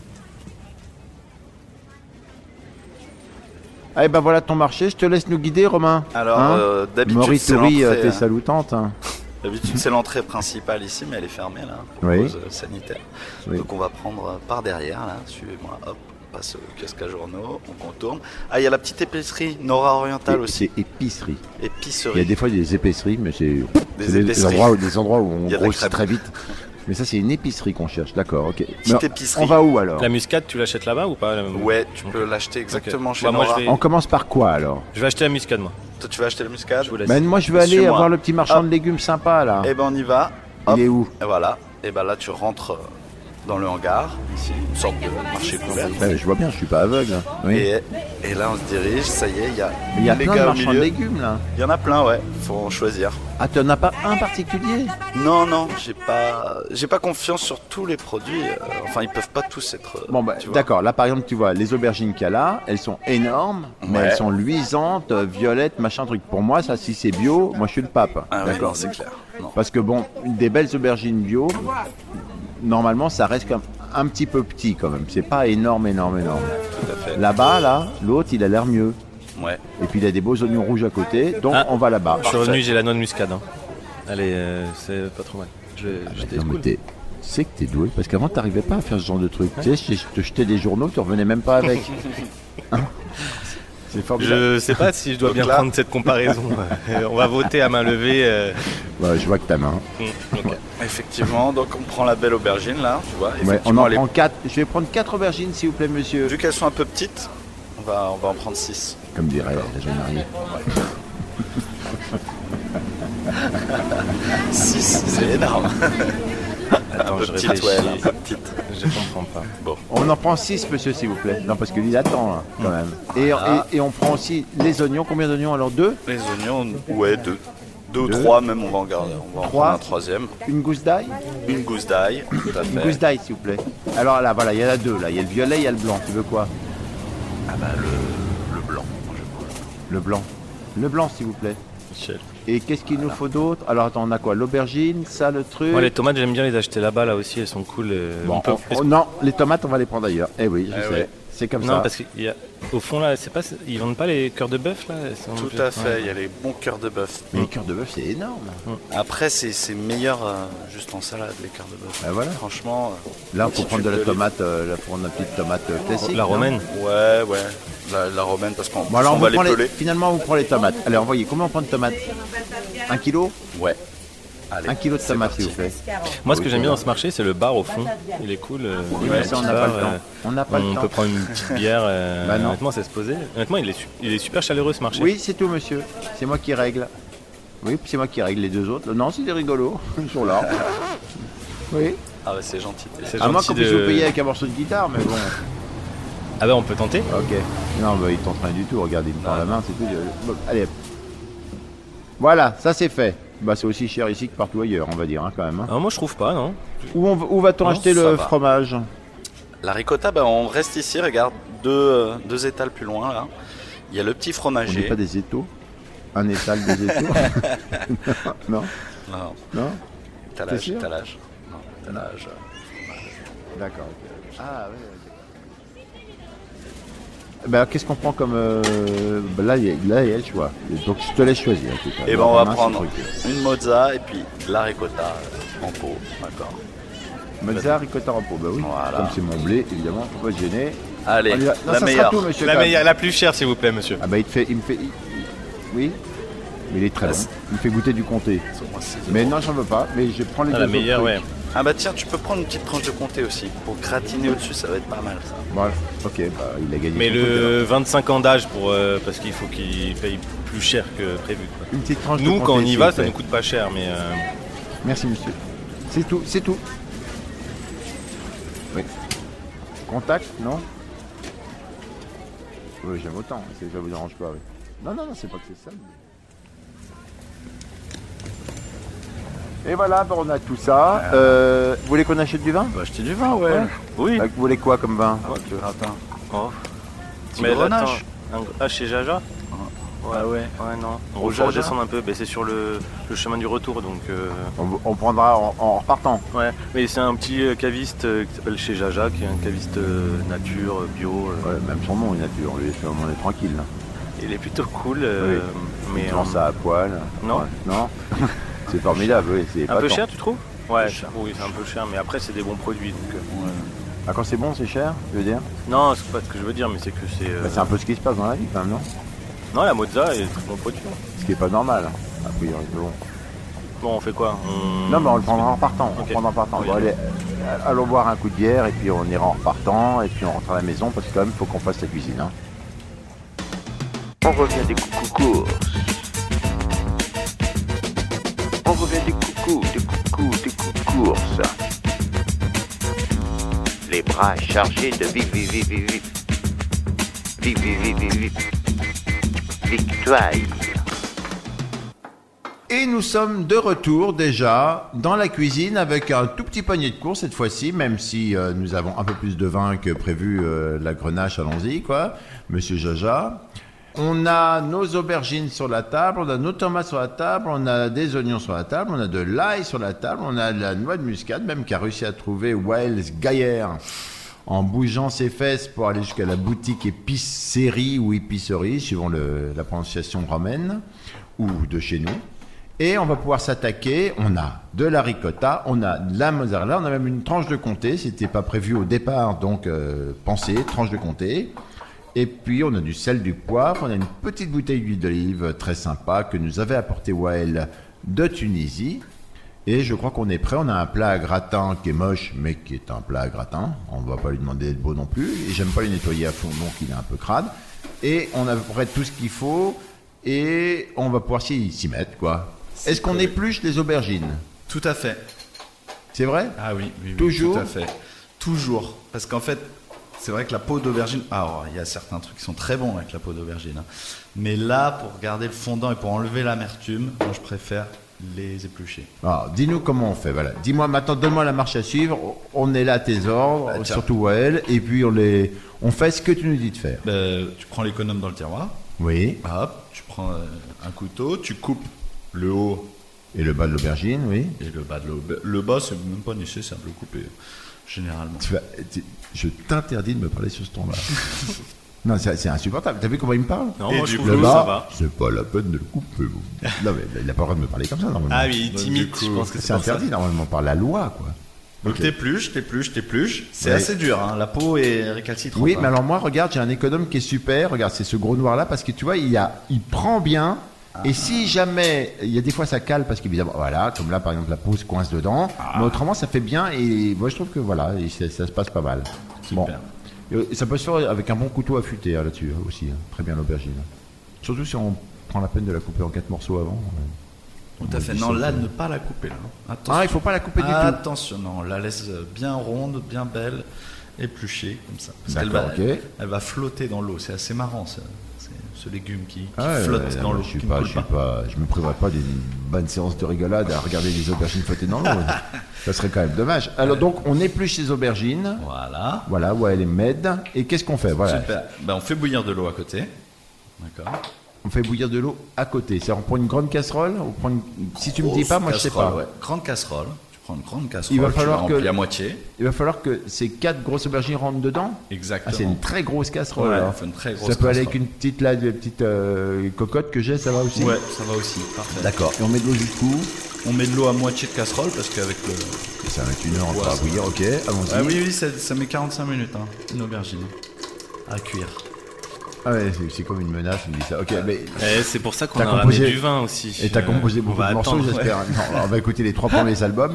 [SPEAKER 5] ah, et ben voilà ton marché, je te laisse nous guider, Romain.
[SPEAKER 4] Alors,
[SPEAKER 5] Hein
[SPEAKER 4] euh, d'habitude,
[SPEAKER 5] Maurice
[SPEAKER 4] c'est
[SPEAKER 5] Toury, euh,
[SPEAKER 4] l'entrée,
[SPEAKER 5] t'es
[SPEAKER 4] hein.
[SPEAKER 5] saloutante. hein.
[SPEAKER 4] D'habitude, c'est l'entrée principale ici, mais elle est fermée là, pour
[SPEAKER 5] Oui.
[SPEAKER 4] cause euh, sanitaire.
[SPEAKER 5] Oui.
[SPEAKER 4] Donc on va prendre euh, par derrière là, suivez-moi, hop, on passe au kiosque à journaux, on contourne. Ah, il y a la petite épicerie
[SPEAKER 5] Et-
[SPEAKER 4] nord-orientale aussi,
[SPEAKER 5] C'est épicerie. Il y
[SPEAKER 4] épicerie.
[SPEAKER 5] a des fois il y a des épiceries, mais c'est
[SPEAKER 4] Des
[SPEAKER 5] c'est des, des
[SPEAKER 4] épiceries.
[SPEAKER 5] endroits où, des endroits où on
[SPEAKER 4] Il y a de la
[SPEAKER 5] grossit
[SPEAKER 4] crêpe.
[SPEAKER 5] très vite. Mais ça, c'est une épicerie qu'on cherche, d'accord, ok. Mais alors,
[SPEAKER 4] épicerie.
[SPEAKER 5] On va où alors
[SPEAKER 3] La muscade, tu l'achètes là-bas ou pas la-
[SPEAKER 4] Ouais, tu
[SPEAKER 3] Ok.
[SPEAKER 4] peux l'acheter exactement chez
[SPEAKER 3] Bah, moi,
[SPEAKER 4] Nora.
[SPEAKER 3] je vais-
[SPEAKER 5] On commence par quoi alors
[SPEAKER 3] Je vais acheter la muscade, moi.
[SPEAKER 4] Toi, tu vas acheter le muscade
[SPEAKER 3] Je vous laisse.
[SPEAKER 5] Ben, Moi, je veux aller
[SPEAKER 4] Suis-moi.
[SPEAKER 5] voir le petit marchand
[SPEAKER 4] Hop.
[SPEAKER 5] de légumes sympa là.
[SPEAKER 4] Eh ben on y va. Hop.
[SPEAKER 5] Il est où
[SPEAKER 4] Et voilà. Et ben là tu rentres euh, dans le hangar, ici, une sorte de marché couvert.
[SPEAKER 5] Ben, Je vois bien, je suis pas aveugle. hein. Oui.
[SPEAKER 4] Et, et là on se dirige, ça y est, il y a,
[SPEAKER 5] Mais il y a
[SPEAKER 4] les
[SPEAKER 5] plein de
[SPEAKER 4] gars au
[SPEAKER 5] marchands de
[SPEAKER 4] milieu.
[SPEAKER 5] légumes là.
[SPEAKER 4] Il y en a plein, ouais. Faut en choisir.
[SPEAKER 5] Ah, t'en as pas un particulier
[SPEAKER 4] Non, non, j'ai pas, j'ai pas confiance sur tous les produits. euh, Enfin, ils peuvent pas tous être. euh,
[SPEAKER 5] Bon, ben,
[SPEAKER 4] tu vois.
[SPEAKER 5] d'accord. Là, par exemple, tu vois, les aubergines qu'il y a là, elles sont énormes, mais
[SPEAKER 4] Ouais.
[SPEAKER 5] elles sont luisantes, euh, violettes, machin truc. Pour moi, ça, si c'est bio, moi, je suis le pape.
[SPEAKER 4] Ah, ouais,
[SPEAKER 5] d'accord.
[SPEAKER 4] non, c'est clair. Non.
[SPEAKER 5] Parce que bon, des belles aubergines bio, normalement ça reste comme un petit peu petit quand même. C'est pas énorme, énorme, énorme.
[SPEAKER 4] Tout à fait.
[SPEAKER 5] Là-bas, là, l'autre il a l'air mieux.
[SPEAKER 4] Ouais.
[SPEAKER 5] Et puis il a des beaux oignons rouges à côté, donc
[SPEAKER 3] Ah.
[SPEAKER 5] on va là-bas.
[SPEAKER 3] Je suis revenu, j'ai la noix de muscade. hein. Allez, euh, c'est pas trop mal. Je, je t'ai-
[SPEAKER 5] Non mais
[SPEAKER 3] cool.
[SPEAKER 5] t'es tu sais que t'es doué parce qu'avant t'arrivais pas à faire ce genre de truc. Tu sais, je te jetais des journaux, tu revenais même
[SPEAKER 4] [laughs]
[SPEAKER 5] pas avec. Hein C'est formidable.
[SPEAKER 3] Je sais pas si je dois bien prendre cette [laughs] comparaison. Euh, On va voter à main levée. euh,
[SPEAKER 5] Bah, je vois que ta main.
[SPEAKER 3] mm, ok.
[SPEAKER 4] Effectivement, donc on prend la belle aubergine là, tu vois.
[SPEAKER 5] Ouais, on
[SPEAKER 4] Effectivement,
[SPEAKER 5] en
[SPEAKER 4] elle est-
[SPEAKER 5] prend quatre. Je vais prendre quatre aubergines, s'il vous plaît, monsieur.
[SPEAKER 4] Vu qu'elles sont un peu petites, on va, on va en prendre 6.
[SPEAKER 5] Comme dirait la jeune mariée.
[SPEAKER 4] 6, c'est énorme. [laughs]
[SPEAKER 3] Attends,
[SPEAKER 4] peu
[SPEAKER 3] je
[SPEAKER 4] petite, ouais,
[SPEAKER 3] réfléchis.
[SPEAKER 4] un peu petite.
[SPEAKER 3] Je comprends pas.
[SPEAKER 5] On en prend 6, monsieur, s'il vous plaît. Non, parce que lui, il attend, là, quand même.
[SPEAKER 4] Ah.
[SPEAKER 5] Et, et- et on prend aussi les oignons. Combien d'oignons Alors, deux
[SPEAKER 4] Les oignons, ouais, deux. Deux ou
[SPEAKER 5] Deux.
[SPEAKER 4] trois même, on va en garder. On va en
[SPEAKER 5] Trois.
[SPEAKER 4] prendre un troisième.
[SPEAKER 5] Une gousse d'ail
[SPEAKER 4] Une gousse d'ail, tout à
[SPEAKER 5] Une
[SPEAKER 4] fait.
[SPEAKER 5] gousse d'ail, s'il vous plaît. Alors là, voilà, il y en a deux, là. Il y a le violet, il y a le blanc. Tu veux quoi
[SPEAKER 4] Ah bah le, le blanc, moi, je prends.
[SPEAKER 5] Le blanc. Le blanc, s'il vous plaît.
[SPEAKER 3] Michel.
[SPEAKER 5] Et qu'est-ce qu'il nous faut d'autre Alors, attends, on a quoi L'aubergine, ça, le truc
[SPEAKER 3] Moi, les tomates, j'aime bien les acheter là-bas, là aussi, elles sont cool. euh,
[SPEAKER 5] Bon,
[SPEAKER 3] on peut-
[SPEAKER 5] on- on- Non, les tomates, on va les prendre ailleurs. Eh oui, je
[SPEAKER 4] Eh
[SPEAKER 5] sais.
[SPEAKER 4] ouais.
[SPEAKER 5] C'est comme
[SPEAKER 3] Non,
[SPEAKER 5] ça.
[SPEAKER 3] parce qu'il y a- Au fond, là, c'est pas... ils vendent pas les cœurs de bœuf, là elles sont-
[SPEAKER 4] Tout à fait, il
[SPEAKER 3] Ouais.
[SPEAKER 4] y a les bons cœurs de bœuf.
[SPEAKER 5] Mais les cœurs de bœuf, c'est
[SPEAKER 3] [laughs]
[SPEAKER 5] énorme.
[SPEAKER 4] Après, c'est c'est meilleur euh, juste en salade, les cœurs de bœuf.
[SPEAKER 5] Ah, voilà.
[SPEAKER 4] Franchement, euh,
[SPEAKER 5] Là,
[SPEAKER 4] faut
[SPEAKER 5] faut prendre de la tomate, euh, là, faut prendre une petite tomate euh, classique.
[SPEAKER 3] La
[SPEAKER 5] non
[SPEAKER 3] romaine
[SPEAKER 4] Ouais, ouais. La, la romaine, parce qu'on
[SPEAKER 5] Bon, alors,
[SPEAKER 4] on
[SPEAKER 5] on
[SPEAKER 4] va
[SPEAKER 5] vous
[SPEAKER 4] les
[SPEAKER 5] prend les-
[SPEAKER 4] peler.
[SPEAKER 5] finalement, on vous prend les tomates. Allez, envoyez. Combien on prend de tomates Un kilo
[SPEAKER 4] Ouais. Allez,
[SPEAKER 5] Un kilo de
[SPEAKER 4] c'est
[SPEAKER 5] tomates,
[SPEAKER 4] parti.
[SPEAKER 5] s'il vous plaît.
[SPEAKER 3] Moi, ce
[SPEAKER 5] Oui,
[SPEAKER 3] que j'aime
[SPEAKER 5] c'est
[SPEAKER 3] bien
[SPEAKER 5] bon.
[SPEAKER 3] dans ce marché, c'est le bar au fond. Il est cool. euh,
[SPEAKER 5] Oui,
[SPEAKER 3] ouais,
[SPEAKER 5] mais ça, on
[SPEAKER 3] petit
[SPEAKER 5] n'a pas
[SPEAKER 3] bar,
[SPEAKER 5] le temps.
[SPEAKER 3] euh,
[SPEAKER 5] On n'a pas le
[SPEAKER 3] on
[SPEAKER 5] temps.
[SPEAKER 3] peut prendre une petite bière. euh,
[SPEAKER 5] Bah non.
[SPEAKER 3] honnêtement, c'est se poser. Honnêtement, il est, su- il est super chaleureux ce marché.
[SPEAKER 5] Oui, c'est tout, monsieur. C'est moi qui règle. Oui, puis c'est moi qui règle les deux autres. Non, c'est des rigolos. Ils
[SPEAKER 3] [laughs]
[SPEAKER 5] sont là. Oui.
[SPEAKER 4] Ah ouais, c'est gentil. t'es-
[SPEAKER 3] C'est
[SPEAKER 5] À moins
[SPEAKER 3] gentil
[SPEAKER 5] qu'on puisse
[SPEAKER 3] de-
[SPEAKER 5] vous payer avec un morceau de guitare, mais bon.
[SPEAKER 3] Ah bah, on peut tenter.
[SPEAKER 5] Ok. Non, bah, ils t'en rien du tout. Regardez, ils me prend la main, c'est tout. Bon, allez. Voilà, ça c'est fait. Bah, c'est aussi cher ici que partout ailleurs, on va dire, hein, quand même. hein.
[SPEAKER 3] Ah, moi, je trouve pas, non
[SPEAKER 5] Où, on va- où va-t-on
[SPEAKER 4] Non,
[SPEAKER 5] acheter
[SPEAKER 4] ça
[SPEAKER 5] le
[SPEAKER 4] va.
[SPEAKER 5] fromage
[SPEAKER 4] La ricotta, bah, on reste ici, regarde, deux, euh, deux étals plus loin, là. Il y a le petit
[SPEAKER 5] On n'est
[SPEAKER 4] fromager.
[SPEAKER 5] pas des étaux Un étal,
[SPEAKER 4] [laughs]
[SPEAKER 5] des étaux [laughs] Non,
[SPEAKER 4] Non, non,
[SPEAKER 5] non
[SPEAKER 4] étalage,
[SPEAKER 5] sûr
[SPEAKER 4] étalage. Non, étalage.
[SPEAKER 5] D'accord. ok. Ah, ouais, ok. Bah, qu'est-ce qu'on prend comme. euh, bah, là, il y a- là, il y a le choix. Donc, je te laisse choisir. en tout cas.
[SPEAKER 4] Et ben,
[SPEAKER 5] Alors,
[SPEAKER 4] on va
[SPEAKER 5] mince,
[SPEAKER 4] prendre
[SPEAKER 5] le truc.
[SPEAKER 4] une mozza et puis de la ricotta euh, en pot. D'accord.
[SPEAKER 5] Mozza, ricotta, repos. Bah oui.
[SPEAKER 4] Voilà.
[SPEAKER 5] Comme c'est mon blé, évidemment, faut pas se gêner.
[SPEAKER 4] Allez,
[SPEAKER 5] On y va. Non,
[SPEAKER 4] la
[SPEAKER 5] ça
[SPEAKER 4] meilleure.
[SPEAKER 5] sera tout, monsieur.
[SPEAKER 3] Ah, La
[SPEAKER 5] quand même.
[SPEAKER 3] meilleure, la plus chère, s'il vous plaît, monsieur.
[SPEAKER 5] Ah, bah, il te fait. Il me fait il- Oui Mais il est très
[SPEAKER 4] Ah,
[SPEAKER 5] bon.
[SPEAKER 4] c'est-
[SPEAKER 5] Il me fait goûter du comté.
[SPEAKER 4] Au moins, c'est
[SPEAKER 5] Mais
[SPEAKER 4] bon.
[SPEAKER 5] non, j'en veux pas. Mais je prends les
[SPEAKER 3] Ah,
[SPEAKER 5] deux
[SPEAKER 3] la
[SPEAKER 5] autres
[SPEAKER 3] meilleure,
[SPEAKER 5] trucs.
[SPEAKER 3] ouais.
[SPEAKER 4] Ah bah tiens, tu peux prendre une petite tranche de comté aussi. Pour gratiner au-dessus, ça va être pas mal, ça.
[SPEAKER 5] Voilà. Ok, bah, il a gagné.
[SPEAKER 3] Mais
[SPEAKER 5] son truc, alors.
[SPEAKER 3] le 25 ans d'âge, pour, euh, parce qu'il faut qu'il paye plus cher que prévu. quoi.
[SPEAKER 5] Une petite tranche de
[SPEAKER 3] Nous, quand on
[SPEAKER 5] comté,
[SPEAKER 3] y
[SPEAKER 5] s'il
[SPEAKER 3] va,
[SPEAKER 5] vous
[SPEAKER 3] ça
[SPEAKER 5] plaît.
[SPEAKER 3] nous coûte pas cher, mais euh,
[SPEAKER 5] Merci monsieur. C'est tout, c'est tout. Oui. Contact, non Oui, j'aime autant, c'est- ça vous dérange pas, oui. Non, non, non, c'est pas que c'est ça. mais- Et voilà, bah, on a tout ça. Euh, vous voulez qu'on achète du vin
[SPEAKER 4] Tu vas acheter du vin, ouais.
[SPEAKER 5] Ouais.
[SPEAKER 3] oui.
[SPEAKER 5] Euh, Vous voulez quoi comme vin
[SPEAKER 4] Ah, tu veux attends.
[SPEAKER 3] Oh.
[SPEAKER 4] Petit grenache.
[SPEAKER 3] attends, un- Ah, chez Jaja
[SPEAKER 4] Ah ouais.
[SPEAKER 3] Ouais, non.
[SPEAKER 4] Au
[SPEAKER 3] On
[SPEAKER 4] Jaja
[SPEAKER 3] va redescendre un peu, mais c'est sur le, le chemin du retour, donc... euh,
[SPEAKER 5] on, on prendra en, en repartant.
[SPEAKER 3] Ouais, mais c'est un petit euh, caviste euh, qui s'appelle chez Jaja, qui est un caviste euh, nature, euh, bio. euh.
[SPEAKER 5] Ouais, même son nom, il a pu, on lui est, on est tranquille. là.
[SPEAKER 3] Il est plutôt cool, euh,
[SPEAKER 5] Oui.
[SPEAKER 3] mais...
[SPEAKER 5] On prend
[SPEAKER 3] euh,
[SPEAKER 5] ça à poil.
[SPEAKER 3] non.
[SPEAKER 5] Ouais, [laughs] Non C'est formidable, oui. c'est
[SPEAKER 3] Un peu
[SPEAKER 5] épatant.
[SPEAKER 3] cher, tu trouves Ouais, oui, c'est un peu cher, mais après, c'est des bons produits, donc... euh,
[SPEAKER 5] Ah, quand c'est bon, c'est cher, je veux dire
[SPEAKER 3] Non, c'est pas ce que je veux dire, mais c'est que c'est... euh,
[SPEAKER 5] Bah, c'est un peu ce qui se passe dans la vie quand même, non
[SPEAKER 3] Non, la mozza est très bon produit.
[SPEAKER 5] Ce qui est pas normal. A priori, mais bon.
[SPEAKER 3] Bon, on fait quoi On-
[SPEAKER 5] Non, mais on le prendra en partant. On
[SPEAKER 3] Ok.
[SPEAKER 5] le prendra en partant.
[SPEAKER 3] Oui,
[SPEAKER 5] Bon,
[SPEAKER 3] oui.
[SPEAKER 5] allez, euh, allons boire un coup de bière et puis on ira en repartant et puis on rentre à la maison parce que quand même, faut qu'on fasse la cuisine. hein.
[SPEAKER 8] On revient des coucous On revient des coucous, des coucous, des coucous
[SPEAKER 1] les bras chargés de vive, vive, vive, vive, vive. Vive, vive, vive, vive. Victoire.
[SPEAKER 5] Et nous sommes de retour déjà dans la cuisine avec un tout petit panier de course cette fois-ci, même si euh, nous avons un peu plus de vin que prévu, euh, la grenache, allons-y, quoi, monsieur Jaja. On a nos aubergines sur la table, on a nos tomates sur la table, on a des oignons sur la table, on a de l'ail sur la table, on a de la noix de muscade, même qui a réussi à trouver Wells Gaillère en bougeant ses fesses pour aller jusqu'à la boutique épicerie ou épicerie, suivant le- la prononciation romaine, ou de chez nous. Et on va pouvoir s'attaquer. On a de la ricotta, on a de la mozzarella, on a même une tranche de comté. C'était pas prévu au départ, donc euh, pensez, tranche de comté. Et puis on a du sel, du poivre, on a une petite bouteille d'huile d'olive euh, très sympa que nous avait apporté Wael de Tunisie. Et je crois qu'on est prêt. On a un plat à gratin qui est moche, mais qui est un plat à gratin. On va pas lui demander d'être beau non plus. Et j'aime pas les nettoyer à fond, donc il est un peu crade. Et on a à peu près tout ce qu'il faut. Et on va pouvoir s'y s'y mettre, quoi. Est-ce qu'on épluche les aubergines
[SPEAKER 4] Tout à fait.
[SPEAKER 5] C'est vrai
[SPEAKER 4] Ah oui, oui, oui,
[SPEAKER 5] Toujours
[SPEAKER 4] tout à fait. Toujours. Parce qu'en fait, c'est vrai que la peau d'aubergine. Alors, il y a certains trucs qui sont très bons avec la peau d'aubergine. hein. Mais là, pour garder le fondant et pour enlever l'amertume, moi, je préfère les éplucher.
[SPEAKER 5] Alors, Ah, dis-nous comment on fait. Voilà. Dis-moi maintenant, donne-moi la marche à suivre. On est là à tes ordres,
[SPEAKER 3] Ah,
[SPEAKER 4] Bah, tiens.
[SPEAKER 5] surtout Wael. Et puis on les, on fait ce que tu nous dis de faire.
[SPEAKER 4] Euh, tu prends l'économe dans le tiroir.
[SPEAKER 5] Oui.
[SPEAKER 4] Hop, tu prends euh, un couteau, tu coupes le haut
[SPEAKER 5] Et le bas de l'aubergine, oui.
[SPEAKER 4] et le bas de l'aube. Le bas, c'est même pas nécessaire de le couper, généralement.
[SPEAKER 5] Tu vas- tu- je t'interdis de me parler sur
[SPEAKER 3] [laughs]
[SPEAKER 5] ce ton-là. non, c'est c'est insupportable. T'as vu comment il me parle
[SPEAKER 3] Non,
[SPEAKER 4] Et
[SPEAKER 3] moi je
[SPEAKER 4] du
[SPEAKER 3] trouve
[SPEAKER 5] Le
[SPEAKER 3] que
[SPEAKER 5] bas,
[SPEAKER 3] ça va.
[SPEAKER 5] C'est pas la peine de le couper. vous. non, mais il n'a pas le droit de me parler comme ça normalement.
[SPEAKER 4] Ah oui,
[SPEAKER 3] Donc,
[SPEAKER 4] timide,
[SPEAKER 3] du coup,
[SPEAKER 4] je pense que
[SPEAKER 5] C'est
[SPEAKER 4] c'est pour ça.
[SPEAKER 5] interdit normalement par la loi, quoi.
[SPEAKER 4] Donc
[SPEAKER 5] Ok.
[SPEAKER 4] t'épluches, t'épluches, t'épluches. C'est
[SPEAKER 5] Ouais.
[SPEAKER 4] assez dur, hein. la peau est récalcitrante.
[SPEAKER 5] Oui,
[SPEAKER 4] hein.
[SPEAKER 5] mais alors moi, regarde, j'ai un économe qui est super. Regarde, c'est ce gros noir-là parce que tu vois, il, y a, il prend bien. Et si jamais, il y a des fois ça cale parce qu'évidemment, voilà, comme là par exemple la peau se coince dedans, mais autrement ça fait bien et moi je trouve que voilà, et c'est- ça se passe pas mal.
[SPEAKER 4] Super.
[SPEAKER 5] Bon. Et euh, ça peut se faire avec un bon couteau affûté hein, là-dessus hein, aussi, hein. très bien l'aubergine. Surtout si on prend la peine de la couper en quatre morceaux avant.
[SPEAKER 4] Tout à fait. Non, là, ne pas la couper. Là. hein. Attention.
[SPEAKER 5] Ah, il faut pas la couper du tout.
[SPEAKER 4] Attention, non, on la laisse euh, bien ronde, bien belle, épluchée, comme ça. Parce qu'elle va,
[SPEAKER 5] D'accord, ok.
[SPEAKER 4] elle va flotter dans l'eau. C'est assez marrant, ça. C'est ce légume qui, qui
[SPEAKER 5] Ah ouais,
[SPEAKER 4] flotte
[SPEAKER 5] ouais,
[SPEAKER 4] dans
[SPEAKER 5] ouais,
[SPEAKER 4] l'eau.
[SPEAKER 5] Je, suis
[SPEAKER 4] qui ne
[SPEAKER 5] pas,
[SPEAKER 4] coule
[SPEAKER 5] je, suis
[SPEAKER 4] pas.
[SPEAKER 5] pas- je me priverai pas d'une bonne séance de rigolade à regarder les aubergines flotter
[SPEAKER 4] [laughs]
[SPEAKER 5] dans l'eau. ça serait quand même dommage. Alors donc, on épluche les aubergines.
[SPEAKER 4] Voilà.
[SPEAKER 5] Voilà, ouais, les med. Et qu'est-ce qu'on fait Voilà,
[SPEAKER 4] Super. Ben, on fait bouillir de l'eau à côté. D'accord.
[SPEAKER 5] on fait bouillir de l'eau à côté. C'est on prend une grande casserole. On prend une- Si tu me dis
[SPEAKER 4] Grosse
[SPEAKER 5] pas, moi je sais
[SPEAKER 4] casserole,
[SPEAKER 5] pas.
[SPEAKER 4] ouais. Grande casserole. Tu prends une grande casserole.
[SPEAKER 5] Il va
[SPEAKER 4] tu
[SPEAKER 5] falloir
[SPEAKER 4] la
[SPEAKER 5] que-
[SPEAKER 4] remplis à moitié.
[SPEAKER 5] Il va falloir que ces quatre grosses aubergines rentrent dedans. Ah,
[SPEAKER 4] Exactement.
[SPEAKER 5] c'est une très grosse casserole.
[SPEAKER 4] Ouais,
[SPEAKER 5] alors.
[SPEAKER 4] faut une très grosse
[SPEAKER 5] ça peut aller avec
[SPEAKER 4] casserole.
[SPEAKER 5] une petite là, des petites euh, cocottes que j'ai, ça va aussi.
[SPEAKER 4] Ouais, ça va aussi. Parfait.
[SPEAKER 5] D'accord. Et on met de l'eau jusqu'où
[SPEAKER 4] On met de l'eau à moitié de casserole parce qu'avec le,
[SPEAKER 5] Ça va être une heure encore à
[SPEAKER 4] ça
[SPEAKER 5] bouillir. Ok, allons-y.
[SPEAKER 4] Ah oui, oui, ça, ça met 45 minutes, hein, une aubergine. À cuire.
[SPEAKER 5] Ah ouais, c'est- c'est comme une menace, on dit ça. Ok, mais.
[SPEAKER 3] Eh, c'est pour ça qu'on
[SPEAKER 5] T'as
[SPEAKER 3] a
[SPEAKER 5] composé-
[SPEAKER 3] ramené du vin aussi.
[SPEAKER 5] Et t'as
[SPEAKER 3] Euh,
[SPEAKER 5] composé
[SPEAKER 3] on
[SPEAKER 5] beaucoup
[SPEAKER 3] va
[SPEAKER 5] de morceaux,
[SPEAKER 3] attendre, ouais. [laughs]
[SPEAKER 5] j'espère. Non, on va écouter les trois premiers albums.